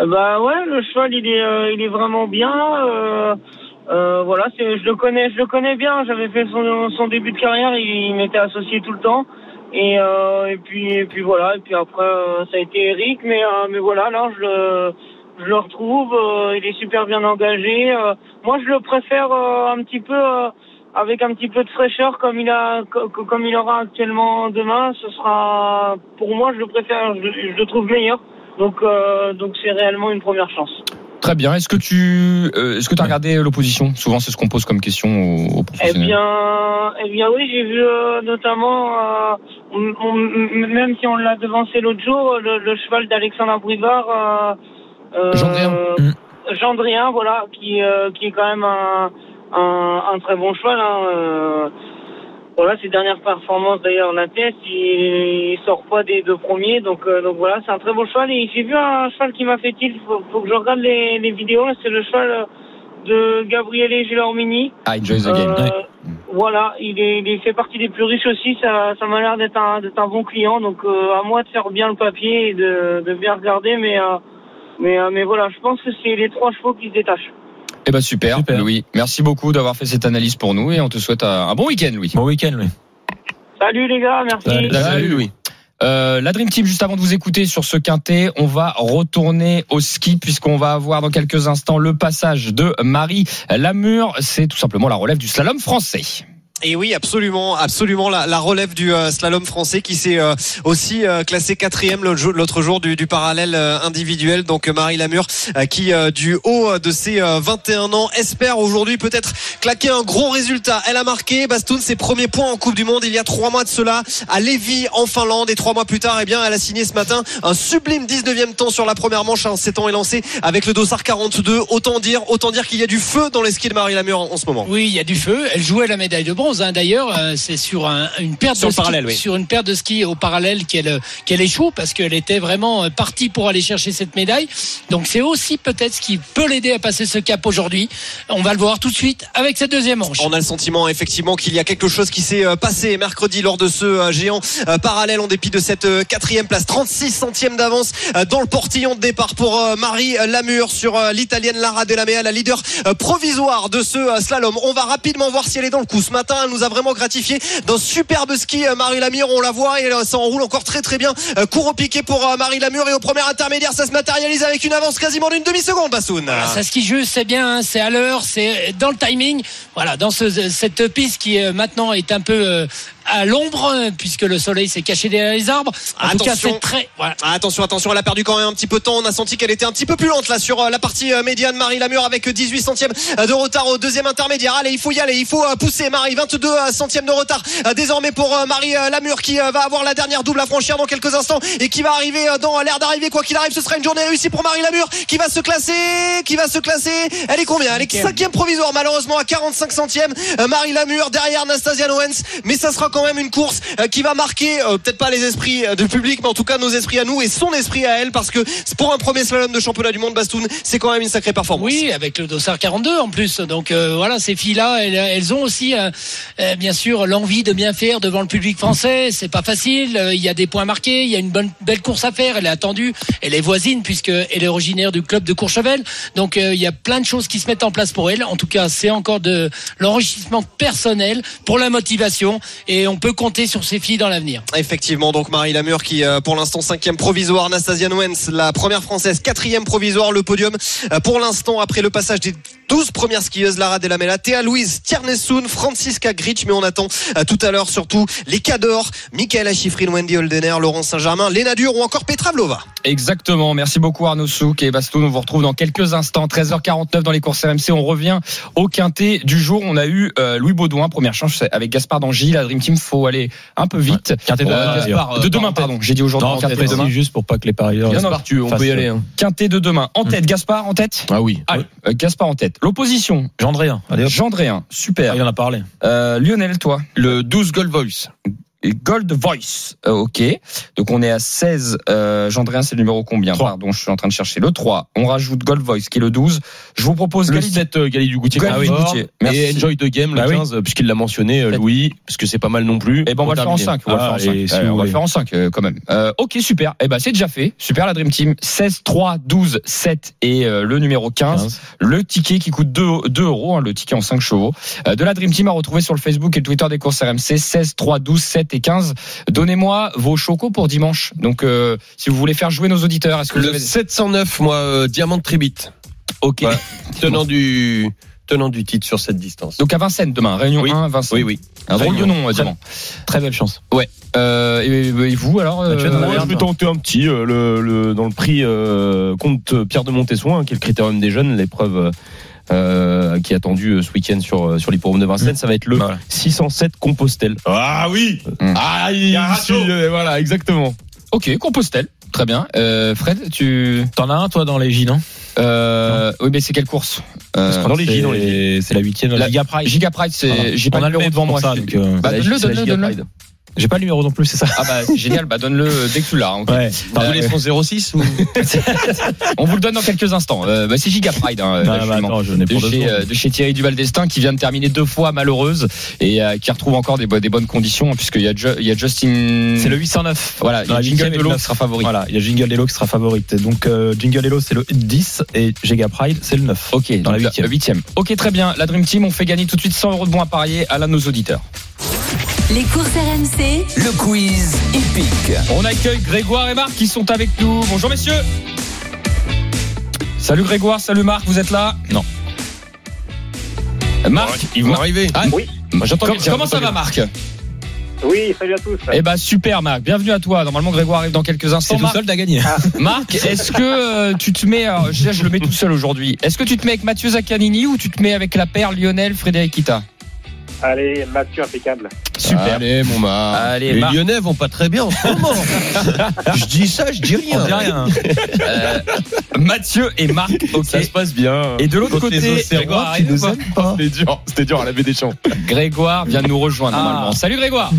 [SPEAKER 7] Euh, Bah ouais, le cheval il est euh, il est vraiment bien. euh, euh, voilà, c'est- je le connais, je le connais bien. J'avais fait son, son début de carrière, il, il m'était associé tout le temps. Et, euh, et puis et puis voilà, et puis après euh, ça a été Eric, mais euh, mais voilà, là je le je le retrouve, euh, il est super bien engagé. euh, moi je le préfère euh, un petit peu euh, avec un petit peu de fraîcheur comme il a co- co- comme il aura actuellement demain. Ce sera pour moi je le préfère, je, je le trouve meilleur. Donc, euh, donc c'est réellement une première chance.
[SPEAKER 3] Très bien. Est-ce que tu, euh, est-ce que tu as regardé l'opposition Souvent, c'est ce qu'on pose comme question aux, aux
[SPEAKER 7] Eh
[SPEAKER 3] professionnels.
[SPEAKER 7] bien, eh bien oui, j'ai vu euh, notamment, euh, on- on- m- même si on l'a devancé l'autre jour, euh, le, le cheval d'Alexandre Brivard, euh, euh,
[SPEAKER 3] Gendrien.
[SPEAKER 7] Gendrien, voilà, qui, euh, qui est quand même un, un, un très bon cheval. hein, euh, voilà, ses dernières performances d'ailleurs l'attestent. Il, il sort pas des deux premiers, donc euh, donc voilà, c'est un très bon cheval. Et j'ai vu un cheval qui m'a fait tilt. Faut, faut que je regarde les, les vidéos. là, C'est le cheval euh, de Gabriele Gilormini.
[SPEAKER 3] Ah, enjoy the game.
[SPEAKER 7] Euh, Voilà, il, est, il fait partie des plus riches aussi. Ça, ça m'a l'air d'être un, d'être un bon client. Donc, euh, à moi de faire bien le papier et de, de bien regarder. Mais, euh, mais, euh, mais voilà, je pense que c'est les trois chevaux qui se détachent.
[SPEAKER 3] Eh ben super,
[SPEAKER 4] Super.
[SPEAKER 3] Louis. Merci beaucoup d'avoir fait cette analyse pour nous et on te souhaite un un bon week-end, Louis.
[SPEAKER 4] Bon week-end, lui.
[SPEAKER 7] Salut les gars, merci.
[SPEAKER 4] Salut.
[SPEAKER 3] Louis. Euh, la Dream Team, juste avant de vous écouter sur ce quintet, on va retourner au ski puisqu'on va avoir dans quelques instants le passage de Marie Lamure. C'est tout simplement la relève du slalom français.
[SPEAKER 8] Et oui, absolument, absolument la, la relève du euh, slalom français qui s'est euh, aussi euh, classé quatrième l'autre jour- l'autre jour du, du parallèle euh, individuel. Donc euh, Marie Lamure euh, qui euh, du haut euh, de ses euh, 21 ans espère aujourd'hui peut-être claquer un gros résultat. Elle a marqué Bastoun ses premiers points en Coupe du Monde il y a trois mois de cela à Lévis en Finlande et trois mois plus tard, eh bien, elle a signé ce matin un sublime 19e temps sur la première manche. Un 7 ans est lancé avec le dossard 42. Autant dire, autant dire qu'il y a du feu dans les skis de Marie Lamure en, en ce moment.
[SPEAKER 9] Oui, il y a du feu. Elle jouait la médaille de bronze. hein. D'ailleurs, euh, c'est sur un- une paire de
[SPEAKER 3] Sur le
[SPEAKER 9] ski-
[SPEAKER 3] parallèle, oui.
[SPEAKER 9] sur une paire de skis au parallèle qu'elle euh, qu'elle échoue parce qu'elle était vraiment euh, partie pour aller chercher cette médaille. Donc c'est aussi peut-être ce qui peut l'aider à passer ce cap aujourd'hui. On va le voir tout de suite avec cette deuxième manche.
[SPEAKER 8] On a le sentiment effectivement qu'il y a quelque chose qui s'est euh, passé mercredi lors de ce euh, géant euh, parallèle en dépit de cette euh, quatrième place. 36 centièmes d'avance euh, dans le portillon de départ pour euh, Marie Lamure sur euh, l'italienne Lara Delamea, la leader euh, provisoire de ce euh, slalom. On va rapidement voir si elle est dans le coup. Ce matin, elle nous a vraiment gratifié d'un superbe ski. euh, Marie Lamure, on la voit et euh, ça enroule encore très très bien. Euh, Court au piqué pour euh, Marie Lamure et au premier intermédiaire, ça se matérialise avec une avance quasiment d'une demi-seconde, Bassoun.
[SPEAKER 9] Voilà, ça ski juste, c'est bien, hein, c'est à l'heure, c'est dans le timing. Voilà, dans ce- cette piste qui euh, maintenant est un peu euh, à l'ombre euh, puisque le soleil s'est caché derrière les arbres. En tout cas,
[SPEAKER 8] Attention.
[SPEAKER 9] c'est très voilà.
[SPEAKER 8] Ah, attention, attention, elle a perdu quand même un petit peu de temps. On a senti qu'elle était un petit peu plus lente là sur euh, la partie euh, médiane. Marie Lamure avec 18 centièmes euh, de retard au deuxième intermédiaire. Allez, il faut y aller, il faut euh, pousser. Marie, 22 euh, centièmes de retard euh, désormais pour euh, Marie euh, Lamure qui euh, va avoir la dernière double à franchir dans quelques instants et qui va arriver euh, dans l'air d'arrivée. Quoi qu'il arrive, ce sera une journée réussie pour Marie Lamure qui va se classer, qui va se classer. Elle est combien Elle est cinquième provisoire malheureusement à 45 centièmes. Euh, Marie Lamure derrière Nastasia Owens, mais ça sera quand même une course euh, qui va marquer euh, peut-être pas les esprits euh, du public, mais en tout cas nos esprits à nous et son esprit à elle, parce que c'est pour un premier slalom de championnat du monde, Bastoun, c'est quand même une sacrée performance.
[SPEAKER 9] Oui, avec le dossard 42 en plus. Donc euh, voilà, ces filles-là, elles, elles ont aussi, euh, euh, bien sûr, l'envie de bien faire devant le public français. C'est pas facile. euh, Il y a des points marqués. Il y a une bonne belle course à faire. Elle est attendue. Elle est voisine puisque elle est originaire du club de Courchevel. Donc euh, il y a plein de choses qui se mettent en place pour elle. En tout cas, c'est encore de l'enrichissement personnel pour la motivation et on peut compter sur ces filles dans l'avenir.
[SPEAKER 8] Effectivement, donc Marie Lamure qui euh, pour l'instant cinquième provisoire, Nastasia Owens, la première française, quatrième provisoire, le podium euh, pour l'instant après le passage des 12 premières skieuses, Lara Delamela, Théa Louise, Tiernesoun, Francisca Gritch, mais on attend euh, tout à l'heure surtout les Cador, Michaela Schifrin, Wendy Holdener, Laurent Saint-Germain, Léna Dur ou encore Petra Vlova.
[SPEAKER 3] Exactement. Merci beaucoup Arnaud Souk et Bastoun. On vous retrouve dans quelques instants, 13h49 dans les courses RMC. On revient au quintet du jour. On a eu euh, Louis Baudouin, première chance avec Gaspard Dangy. La Dream Team, faut aller un peu vite.
[SPEAKER 4] Quintet de demain, d'ailleurs.
[SPEAKER 3] de euh, demain, pardon. J'ai dit aujourd'hui.
[SPEAKER 4] Non,
[SPEAKER 3] quintet de
[SPEAKER 4] peut-être
[SPEAKER 3] demain.
[SPEAKER 4] juste pour pas que les parieurs.
[SPEAKER 3] Non, non,
[SPEAKER 5] Partu, on
[SPEAKER 4] Face,
[SPEAKER 5] peut y aller. hein.
[SPEAKER 3] Quintet de demain. En tête, Gaspard en tête.
[SPEAKER 5] Ah oui.
[SPEAKER 3] Allez, euh, Gaspard en tête. L'opposition,
[SPEAKER 4] Gendrien, allez hop.
[SPEAKER 3] Gendréen,
[SPEAKER 4] Ah,
[SPEAKER 3] super.
[SPEAKER 4] il en a parlé.
[SPEAKER 3] Euh, Lionel, toi,
[SPEAKER 6] Le 12 Gold Voice.
[SPEAKER 3] Et Gold Voice. Euh, ok. Donc on est à 16. Euh, Gendréen, c'est le numéro combien
[SPEAKER 4] Trois.
[SPEAKER 3] Pardon, je suis en train de chercher le 3. On rajoute Gold Voice qui est le 12. Je vous propose
[SPEAKER 5] Le
[SPEAKER 3] Galide-
[SPEAKER 5] 7, euh, Galli du Goutier.
[SPEAKER 3] Galli
[SPEAKER 5] Ah
[SPEAKER 3] du
[SPEAKER 5] oui.
[SPEAKER 3] Goutier.
[SPEAKER 5] Et
[SPEAKER 3] Merci.
[SPEAKER 5] Enjoy the Game,
[SPEAKER 3] Bah
[SPEAKER 5] le
[SPEAKER 3] oui.
[SPEAKER 5] 15, euh, puisqu'il l'a mentionné, euh,
[SPEAKER 3] Peut-être.
[SPEAKER 5] Louis, parce que c'est pas mal non plus.
[SPEAKER 3] Eh ben on va le faire en 5,
[SPEAKER 5] terminer.
[SPEAKER 3] on va le faire en
[SPEAKER 4] Ah,
[SPEAKER 3] cinq.
[SPEAKER 4] allez, si
[SPEAKER 3] Euh,
[SPEAKER 4] vous
[SPEAKER 3] on va le
[SPEAKER 4] voulez.
[SPEAKER 3] faire en 5 quand même. Euh, OK, super. Eh ben c'est déjà fait. Super la Dream Team 16 3 12 7 et euh, le numéro 15,
[SPEAKER 4] 15.
[SPEAKER 3] le ticket qui coûte 2, euros hein, le ticket en 5 chevaux. Euh, de la Dream Team à retrouver sur le Facebook et le Twitter des courses RMC 16 3 12 7 et 15. Donnez-moi vos chocos pour dimanche. Donc euh, si vous voulez faire jouer nos auditeurs, est-ce que vous
[SPEAKER 6] Le
[SPEAKER 3] avez
[SPEAKER 6] 709, moi, euh, Diamant de Tribit.
[SPEAKER 3] OK.
[SPEAKER 6] Ouais. Tenant du, tenant du titre sur cette distance.
[SPEAKER 3] Donc à Vincennes demain, réunion
[SPEAKER 6] Oui.
[SPEAKER 3] 1 Vincennes.
[SPEAKER 6] Oui, oui.
[SPEAKER 3] Un drôle de
[SPEAKER 6] Réunion.
[SPEAKER 3] nom euh, diamant.
[SPEAKER 4] Très belle chance.
[SPEAKER 3] Euh, et, et vous alors
[SPEAKER 4] Bah, tu vas te
[SPEAKER 3] euh,
[SPEAKER 5] Moi,
[SPEAKER 4] Merde.
[SPEAKER 5] je vais tenter un petit euh, le, le- dans le prix euh, compte Pierre de Montesson, hein, qui est le critérium des jeunes, l'épreuve euh, euh, qui est attendue euh, ce week-end sur euh, sur l'hippodrome de Vincennes. Ça va être le
[SPEAKER 3] Voilà.
[SPEAKER 5] 607 Compostelle.
[SPEAKER 6] Ah oui!
[SPEAKER 5] Ah,
[SPEAKER 3] voilà, exactement. Ok, Compostelle. Très bien. Euh, Fred, tu.
[SPEAKER 4] T'en as un, toi, dans les J, non
[SPEAKER 3] Euh, oui, mais c'est quelle course
[SPEAKER 4] Parce
[SPEAKER 3] euh,
[SPEAKER 4] que
[SPEAKER 5] dans les J,
[SPEAKER 4] c'est-
[SPEAKER 5] dans les
[SPEAKER 4] C'est la huitième.
[SPEAKER 3] La-
[SPEAKER 4] La Giga Pride.
[SPEAKER 3] Giga Pride, c'est.
[SPEAKER 4] Voilà.
[SPEAKER 3] J'ai pas
[SPEAKER 4] On a le
[SPEAKER 3] le numéro
[SPEAKER 4] même
[SPEAKER 3] devant
[SPEAKER 4] pour
[SPEAKER 3] moi.
[SPEAKER 4] ça,
[SPEAKER 3] je suis-
[SPEAKER 4] donc, euh,
[SPEAKER 3] Bah,
[SPEAKER 5] C'est la-
[SPEAKER 3] donne-le,
[SPEAKER 5] c'est la
[SPEAKER 3] donne-le,
[SPEAKER 5] Giga
[SPEAKER 3] donne-le.
[SPEAKER 5] Pride.
[SPEAKER 4] J'ai pas le numéro non plus, c'est ça
[SPEAKER 3] Ah bah, c'est génial, bah donne-le dès que tu l'as. hein.
[SPEAKER 4] Ouais.
[SPEAKER 3] Euh,
[SPEAKER 6] Tous les fonds 06 ou?
[SPEAKER 3] On vous le donne dans quelques instants. Euh, bah, c'est Giga Pride, hein,
[SPEAKER 4] Non,
[SPEAKER 3] là,
[SPEAKER 4] bah,
[SPEAKER 3] justement.
[SPEAKER 4] attends, je n'ai
[SPEAKER 3] de
[SPEAKER 4] pour deux
[SPEAKER 3] chez,
[SPEAKER 4] secondes.
[SPEAKER 3] euh, de chez Thierry Duval d'Estaing qui vient de terminer deux fois malheureuse et euh, qui retrouve encore des, bo- des bonnes conditions hein, puisqu'il y, a Ju- il y a Justin
[SPEAKER 4] C'est le 809.
[SPEAKER 3] Voilà, il y a
[SPEAKER 4] Dans la
[SPEAKER 3] Jingle
[SPEAKER 4] huitième et
[SPEAKER 3] Hello
[SPEAKER 4] le
[SPEAKER 3] qui sera favori.
[SPEAKER 4] Voilà, il y a Jingle Hello qui sera favorite. Donc euh, Jingle Hello c'est le 10 et Giga Pride c'est le 9.
[SPEAKER 3] Ok,
[SPEAKER 4] Dans la
[SPEAKER 3] donc,
[SPEAKER 4] huitième.
[SPEAKER 3] euh, huitième. Ok, très bien. La Dream Team, on fait gagner tout de suite 100 euros de bons à parier à l'un de nos auditeurs.
[SPEAKER 2] Les courses RMC,
[SPEAKER 1] Le quiz épique.
[SPEAKER 3] On accueille Grégoire et Marc qui sont avec nous. Bonjour messieurs. Salut Grégoire, salut Marc, vous êtes là Non. Marc,
[SPEAKER 6] Ils vont arriver.
[SPEAKER 3] Ah,
[SPEAKER 7] Oui.
[SPEAKER 5] Moi, j'entends
[SPEAKER 3] com-
[SPEAKER 5] bien,
[SPEAKER 3] comment ça
[SPEAKER 5] j'entends
[SPEAKER 3] va
[SPEAKER 5] bien.
[SPEAKER 3] Marc
[SPEAKER 7] Oui, salut à tous.
[SPEAKER 3] Eh ben super Marc, bienvenue à toi. Normalement Grégoire arrive dans quelques instants.
[SPEAKER 4] C'est tout
[SPEAKER 3] Marc,
[SPEAKER 4] seul à gagner.
[SPEAKER 3] Marc, est-ce que euh, tu te mets, alors, je, je le mets tout seul aujourd'hui, est-ce que tu te mets avec Mathieu Zaccanini ou tu te mets avec la paire Lionel Frédéric Kita
[SPEAKER 7] Allez, Mathieu, impeccable.
[SPEAKER 4] Ah,
[SPEAKER 3] Super.
[SPEAKER 5] Allez, mon Marc.
[SPEAKER 3] Allez
[SPEAKER 6] Les
[SPEAKER 3] Marc,
[SPEAKER 6] Lyonnais vont pas très bien en ce moment. je dis ça, je dis rien.
[SPEAKER 4] On dit rien.
[SPEAKER 3] euh, Mathieu et Marc, ok.
[SPEAKER 5] passe bien.
[SPEAKER 3] Et de l'autre
[SPEAKER 5] Contre les
[SPEAKER 3] côté,
[SPEAKER 5] Océans,
[SPEAKER 3] Grégoire
[SPEAKER 5] qui
[SPEAKER 3] arrive
[SPEAKER 5] nous
[SPEAKER 3] ou pas
[SPEAKER 5] aiment pas. C'était dur, c'était dur à la baie des champs.
[SPEAKER 3] Grégoire vient de nous rejoindre
[SPEAKER 4] Ah.
[SPEAKER 3] normalement. Salut Grégoire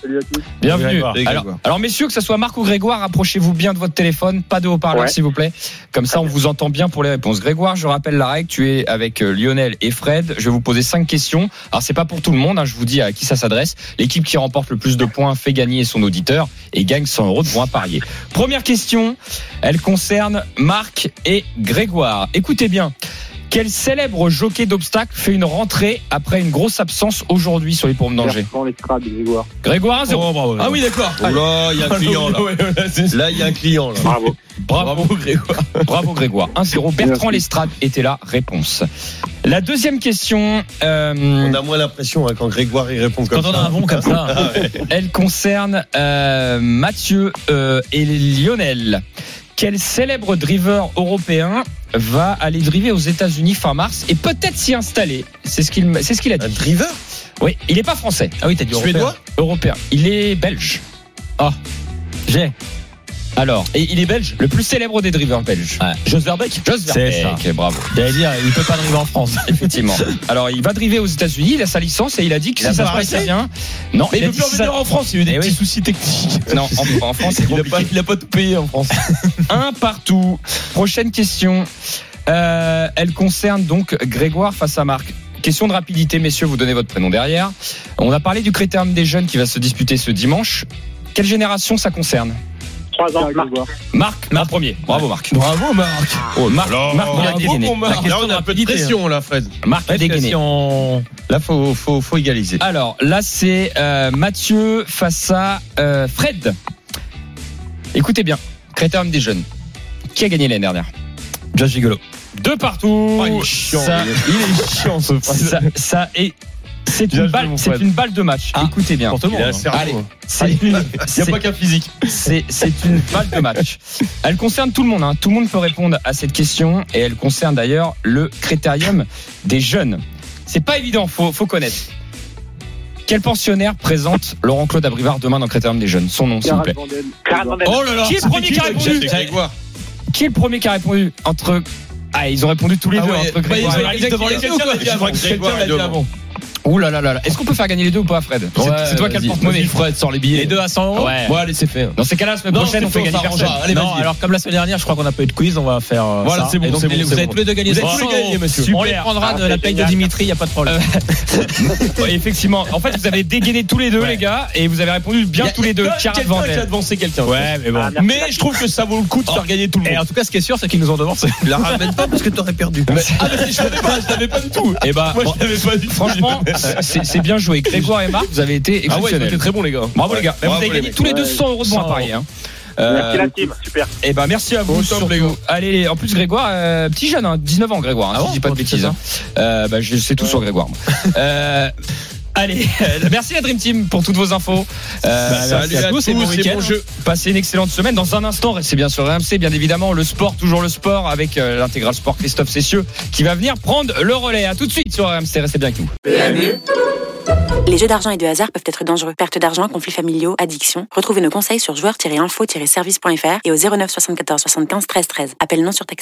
[SPEAKER 7] Salut à tous.
[SPEAKER 3] Bienvenue.
[SPEAKER 4] Grégoire.
[SPEAKER 3] Alors, alors, messieurs, que ce soit Marc ou Grégoire, rapprochez-vous bien de votre téléphone, pas de haut-parleur
[SPEAKER 7] Ouais.
[SPEAKER 3] s'il vous plaît. Comme ça, on vous entend bien pour les réponses. Grégoire, je rappelle la règle, tu es avec euh, Lionel et Fred. Je vais vous poser cinq questions. Alors c'est pas pour tout le monde, hein, je vous dis à qui ça s'adresse. L'équipe qui remporte le plus de points fait gagner son auditeur et gagne 100 euros de points pariés. Première question, elle concerne Marc et Grégoire. Écoutez bien. Quel célèbre jockey d'obstacles fait une rentrée après une grosse absence aujourd'hui sur les pourbes d'Angers
[SPEAKER 7] Dans les crabes, Grégoire.
[SPEAKER 3] Grégoire, un
[SPEAKER 4] Oh,
[SPEAKER 3] zéro. Ah oui, d'accord.
[SPEAKER 6] Oh là, il y a un client là. Là, il y a un client là.
[SPEAKER 7] Bravo.
[SPEAKER 3] Bravo, Grégoire. Bravo Grégoire. 1-0. Bertrand Lestrade était là. Réponse. La deuxième question, euh,
[SPEAKER 6] On a moins l'impression hein, quand Grégoire il répond comme
[SPEAKER 4] Quand on a
[SPEAKER 6] ça.
[SPEAKER 4] un bon comme ça. Ah
[SPEAKER 3] elle concerne euh, Mathieu euh, et Lionel. Quel célèbre driver européen va aller driver aux États-Unis fin mars et peut-être s'y installer C'est ce qu'il m- c'est ce qu'il a
[SPEAKER 6] Un
[SPEAKER 3] dit.
[SPEAKER 6] driver
[SPEAKER 3] Oui, il n'est pas français.
[SPEAKER 4] Ah oui, t'as dit
[SPEAKER 6] Suédois
[SPEAKER 3] Européen. Il est belge. Ah,
[SPEAKER 4] J'ai.
[SPEAKER 3] Alors, et il est belge. Le plus célèbre des drivers belges.
[SPEAKER 4] Ouais.
[SPEAKER 3] Jos Verbeek. Jos
[SPEAKER 4] C'est ça.
[SPEAKER 3] Verbeek. Bravo.
[SPEAKER 4] J'allais dire, il peut pas arriver en France.
[SPEAKER 3] Effectivement. Alors, il va driver aux États-Unis, il a sa licence et il a dit que
[SPEAKER 4] Il a
[SPEAKER 3] si ça
[SPEAKER 4] pas
[SPEAKER 3] se
[SPEAKER 4] arrêté
[SPEAKER 3] passait bien. Non,
[SPEAKER 4] Mais il
[SPEAKER 3] a
[SPEAKER 4] peut
[SPEAKER 3] dit
[SPEAKER 4] plus
[SPEAKER 3] si ça-
[SPEAKER 4] revenir en France, il y a eu des
[SPEAKER 3] Eh
[SPEAKER 4] petits
[SPEAKER 3] oui.
[SPEAKER 4] soucis techniques.
[SPEAKER 3] Euh, Non, en, en France, c'est
[SPEAKER 4] Il a, pas,
[SPEAKER 3] compliqué.
[SPEAKER 4] il a pas tout payé en France.
[SPEAKER 3] Un partout. Prochaine question. Euh, elle concerne donc Grégoire face à Marc. Question de rapidité, messieurs, vous donnez votre prénom derrière. On a parlé du critérium des jeunes qui va se disputer ce dimanche. Quelle génération ça concerne
[SPEAKER 7] 3 ans, Marc.
[SPEAKER 3] Marc, Marc premier. Bravo Marc.
[SPEAKER 4] Bravo Marc.
[SPEAKER 3] Oh, Marc,
[SPEAKER 6] Alors,
[SPEAKER 3] Marc bien
[SPEAKER 6] bravo,
[SPEAKER 3] dégainé.
[SPEAKER 6] mon Marc.
[SPEAKER 3] La question
[SPEAKER 6] Là, on a un peu de
[SPEAKER 3] rapidité.
[SPEAKER 6] pression là, Fred.
[SPEAKER 3] Marc
[SPEAKER 4] Parce que
[SPEAKER 3] dégainé.
[SPEAKER 4] si on-
[SPEAKER 6] Là, faut, faut, faut égaliser.
[SPEAKER 3] Alors là, c'est euh, Mathieu face à euh, Fred. Écoutez bien, Critérium des jeunes. Qui a gagné l'année dernière
[SPEAKER 4] Josh Gigolo.
[SPEAKER 3] Deux partout.
[SPEAKER 4] Oh, il est chiant,
[SPEAKER 3] ça,
[SPEAKER 6] Il est chiant ce
[SPEAKER 3] ça, ça est. C'est
[SPEAKER 5] Bien
[SPEAKER 3] une,
[SPEAKER 5] joué,
[SPEAKER 3] balle,
[SPEAKER 5] mon
[SPEAKER 3] c'est
[SPEAKER 5] Fred.
[SPEAKER 3] une balle de match.
[SPEAKER 4] Ah,
[SPEAKER 3] Écoutez bien.
[SPEAKER 4] Pour tout le monde.
[SPEAKER 3] hein. Allez.
[SPEAKER 6] cerveau.
[SPEAKER 3] C'est une,
[SPEAKER 5] Il n'y a
[SPEAKER 3] c'est-
[SPEAKER 5] pas qu'un physique.
[SPEAKER 3] c'est- c'est une balle de match. Elle concerne tout le monde. hein. Tout le monde peut répondre à cette question. Et elle concerne d'ailleurs le critérium des jeunes. C'est pas évident, faut, faut connaître. Quel pensionnaire présente Laurent-Claude Abrivard demain dans le critérium des jeunes Son nom, s'il vous plaît.
[SPEAKER 4] Oh là là.
[SPEAKER 3] Qui est le premier qui a répondu
[SPEAKER 6] Grégoire.
[SPEAKER 3] Qui est le premier qui a répondu Entre. Ah, ils ont répondu tous les
[SPEAKER 4] Ah
[SPEAKER 3] deux.
[SPEAKER 4] ouais.
[SPEAKER 3] Entre
[SPEAKER 4] Bah, ils
[SPEAKER 3] Grégoire
[SPEAKER 4] ont
[SPEAKER 3] et
[SPEAKER 4] la liste devant les yeux, quoi.
[SPEAKER 6] Je crois que Grégoire est devant.
[SPEAKER 3] Ouh là là là là. Est-ce qu'on peut faire gagner les deux ou pas, Fred C'est- C'est toi qui as le porte-monnaie.
[SPEAKER 4] Fred sort les billets. Les deux à 100 euros.
[SPEAKER 3] Ouais.
[SPEAKER 4] Bon, allez, c'est fait.
[SPEAKER 3] Dans ces cas-là, la semaine
[SPEAKER 4] Non,
[SPEAKER 3] prochaine,
[SPEAKER 4] c'est
[SPEAKER 3] on
[SPEAKER 4] fait,
[SPEAKER 3] fait
[SPEAKER 4] on
[SPEAKER 3] gagner personne.
[SPEAKER 4] s'arrangera. Allez,
[SPEAKER 3] non,
[SPEAKER 4] vas-y.
[SPEAKER 3] alors comme la semaine dernière, je crois qu'on a
[SPEAKER 4] Pas eu de quiz, on va faire. euh,
[SPEAKER 3] Voilà,
[SPEAKER 4] ça.
[SPEAKER 3] c'est bon,
[SPEAKER 4] Et donc,
[SPEAKER 3] c'est
[SPEAKER 4] les-
[SPEAKER 3] bon,
[SPEAKER 4] vous
[SPEAKER 3] c'est
[SPEAKER 4] avez
[SPEAKER 3] bon.
[SPEAKER 4] tous les deux gagné
[SPEAKER 3] Vous êtes
[SPEAKER 4] 100
[SPEAKER 3] tous les gagnés,
[SPEAKER 4] euros.
[SPEAKER 3] monsieur.
[SPEAKER 4] On les
[SPEAKER 3] Super.
[SPEAKER 4] prendra
[SPEAKER 3] Ah,
[SPEAKER 4] de
[SPEAKER 3] c'est
[SPEAKER 4] la paye de
[SPEAKER 3] génial.
[SPEAKER 4] Dimitri, y a pas de problème.
[SPEAKER 3] Ouais, effectivement. En fait, vous avez dégainé tous les deux,
[SPEAKER 4] Ouais.
[SPEAKER 3] les gars, et vous avez répondu bien tous les deux. Chiara
[SPEAKER 4] Quelqu'un qui a
[SPEAKER 3] Vandel.
[SPEAKER 4] devancé quelqu'un.
[SPEAKER 3] Ouais, mais bon.
[SPEAKER 4] Mais je trouve que ça vaut le coup de faire gagner tout le monde. Ah. Et en tout cas, ce qui est sûr, c'est qu'ils nous ont devancé.
[SPEAKER 6] La ramène pas parce que t'aurais perdu.
[SPEAKER 4] Ah, mais si je savais pas, je savais pas du tout.
[SPEAKER 3] Et bah,
[SPEAKER 4] Moi, je savais pas du tout.
[SPEAKER 3] franchement, c'est c'est bien joué. Grégoire et Marc, vous avez été
[SPEAKER 4] Ah ouais,
[SPEAKER 3] exceptionnels.
[SPEAKER 4] c'était très bon, les gars.
[SPEAKER 3] Bravo les gars.
[SPEAKER 6] Bravo,
[SPEAKER 3] vous avez
[SPEAKER 6] les
[SPEAKER 3] gagné
[SPEAKER 6] mecs.
[SPEAKER 3] tous les deux 100 euros de bons à
[SPEAKER 4] 100
[SPEAKER 3] Paris. Hein. Euh,
[SPEAKER 7] team. Super.
[SPEAKER 3] et ben merci à vous.
[SPEAKER 4] Au top,
[SPEAKER 3] surtout. Allez, en plus Grégoire, euh, petit jeune, hein, 19 ans Grégoire, hein,
[SPEAKER 4] Ah
[SPEAKER 3] si
[SPEAKER 4] bon
[SPEAKER 3] je dis pas de
[SPEAKER 4] Comment tu
[SPEAKER 3] bêtises.
[SPEAKER 4] sais
[SPEAKER 3] hein. Euh, bah, je sais tout sur Grégoire. moi. Euh, allez, euh, merci la Dream Team pour toutes vos infos. Euh,
[SPEAKER 4] Bah,
[SPEAKER 3] merci
[SPEAKER 4] salut à tous,
[SPEAKER 3] et
[SPEAKER 4] c'est bon
[SPEAKER 3] week-end.
[SPEAKER 4] bon jeu.
[SPEAKER 3] Passez une excellente semaine. Dans un instant, c'est bien sur RMC, bien évidemment, le sport, toujours le sport, avec euh, l'intégral sport Christophe Cessieux qui va venir prendre le relais. À tout de suite sur RMC, restez bien avec nous.
[SPEAKER 10] Les jeux d'argent et de hasard peuvent être dangereux. Perte d'argent, conflits familiaux, addiction. Retrouvez nos conseils sur joueurs-info-service.fr et au 09 74 75 13 13. Appel non surtaxé.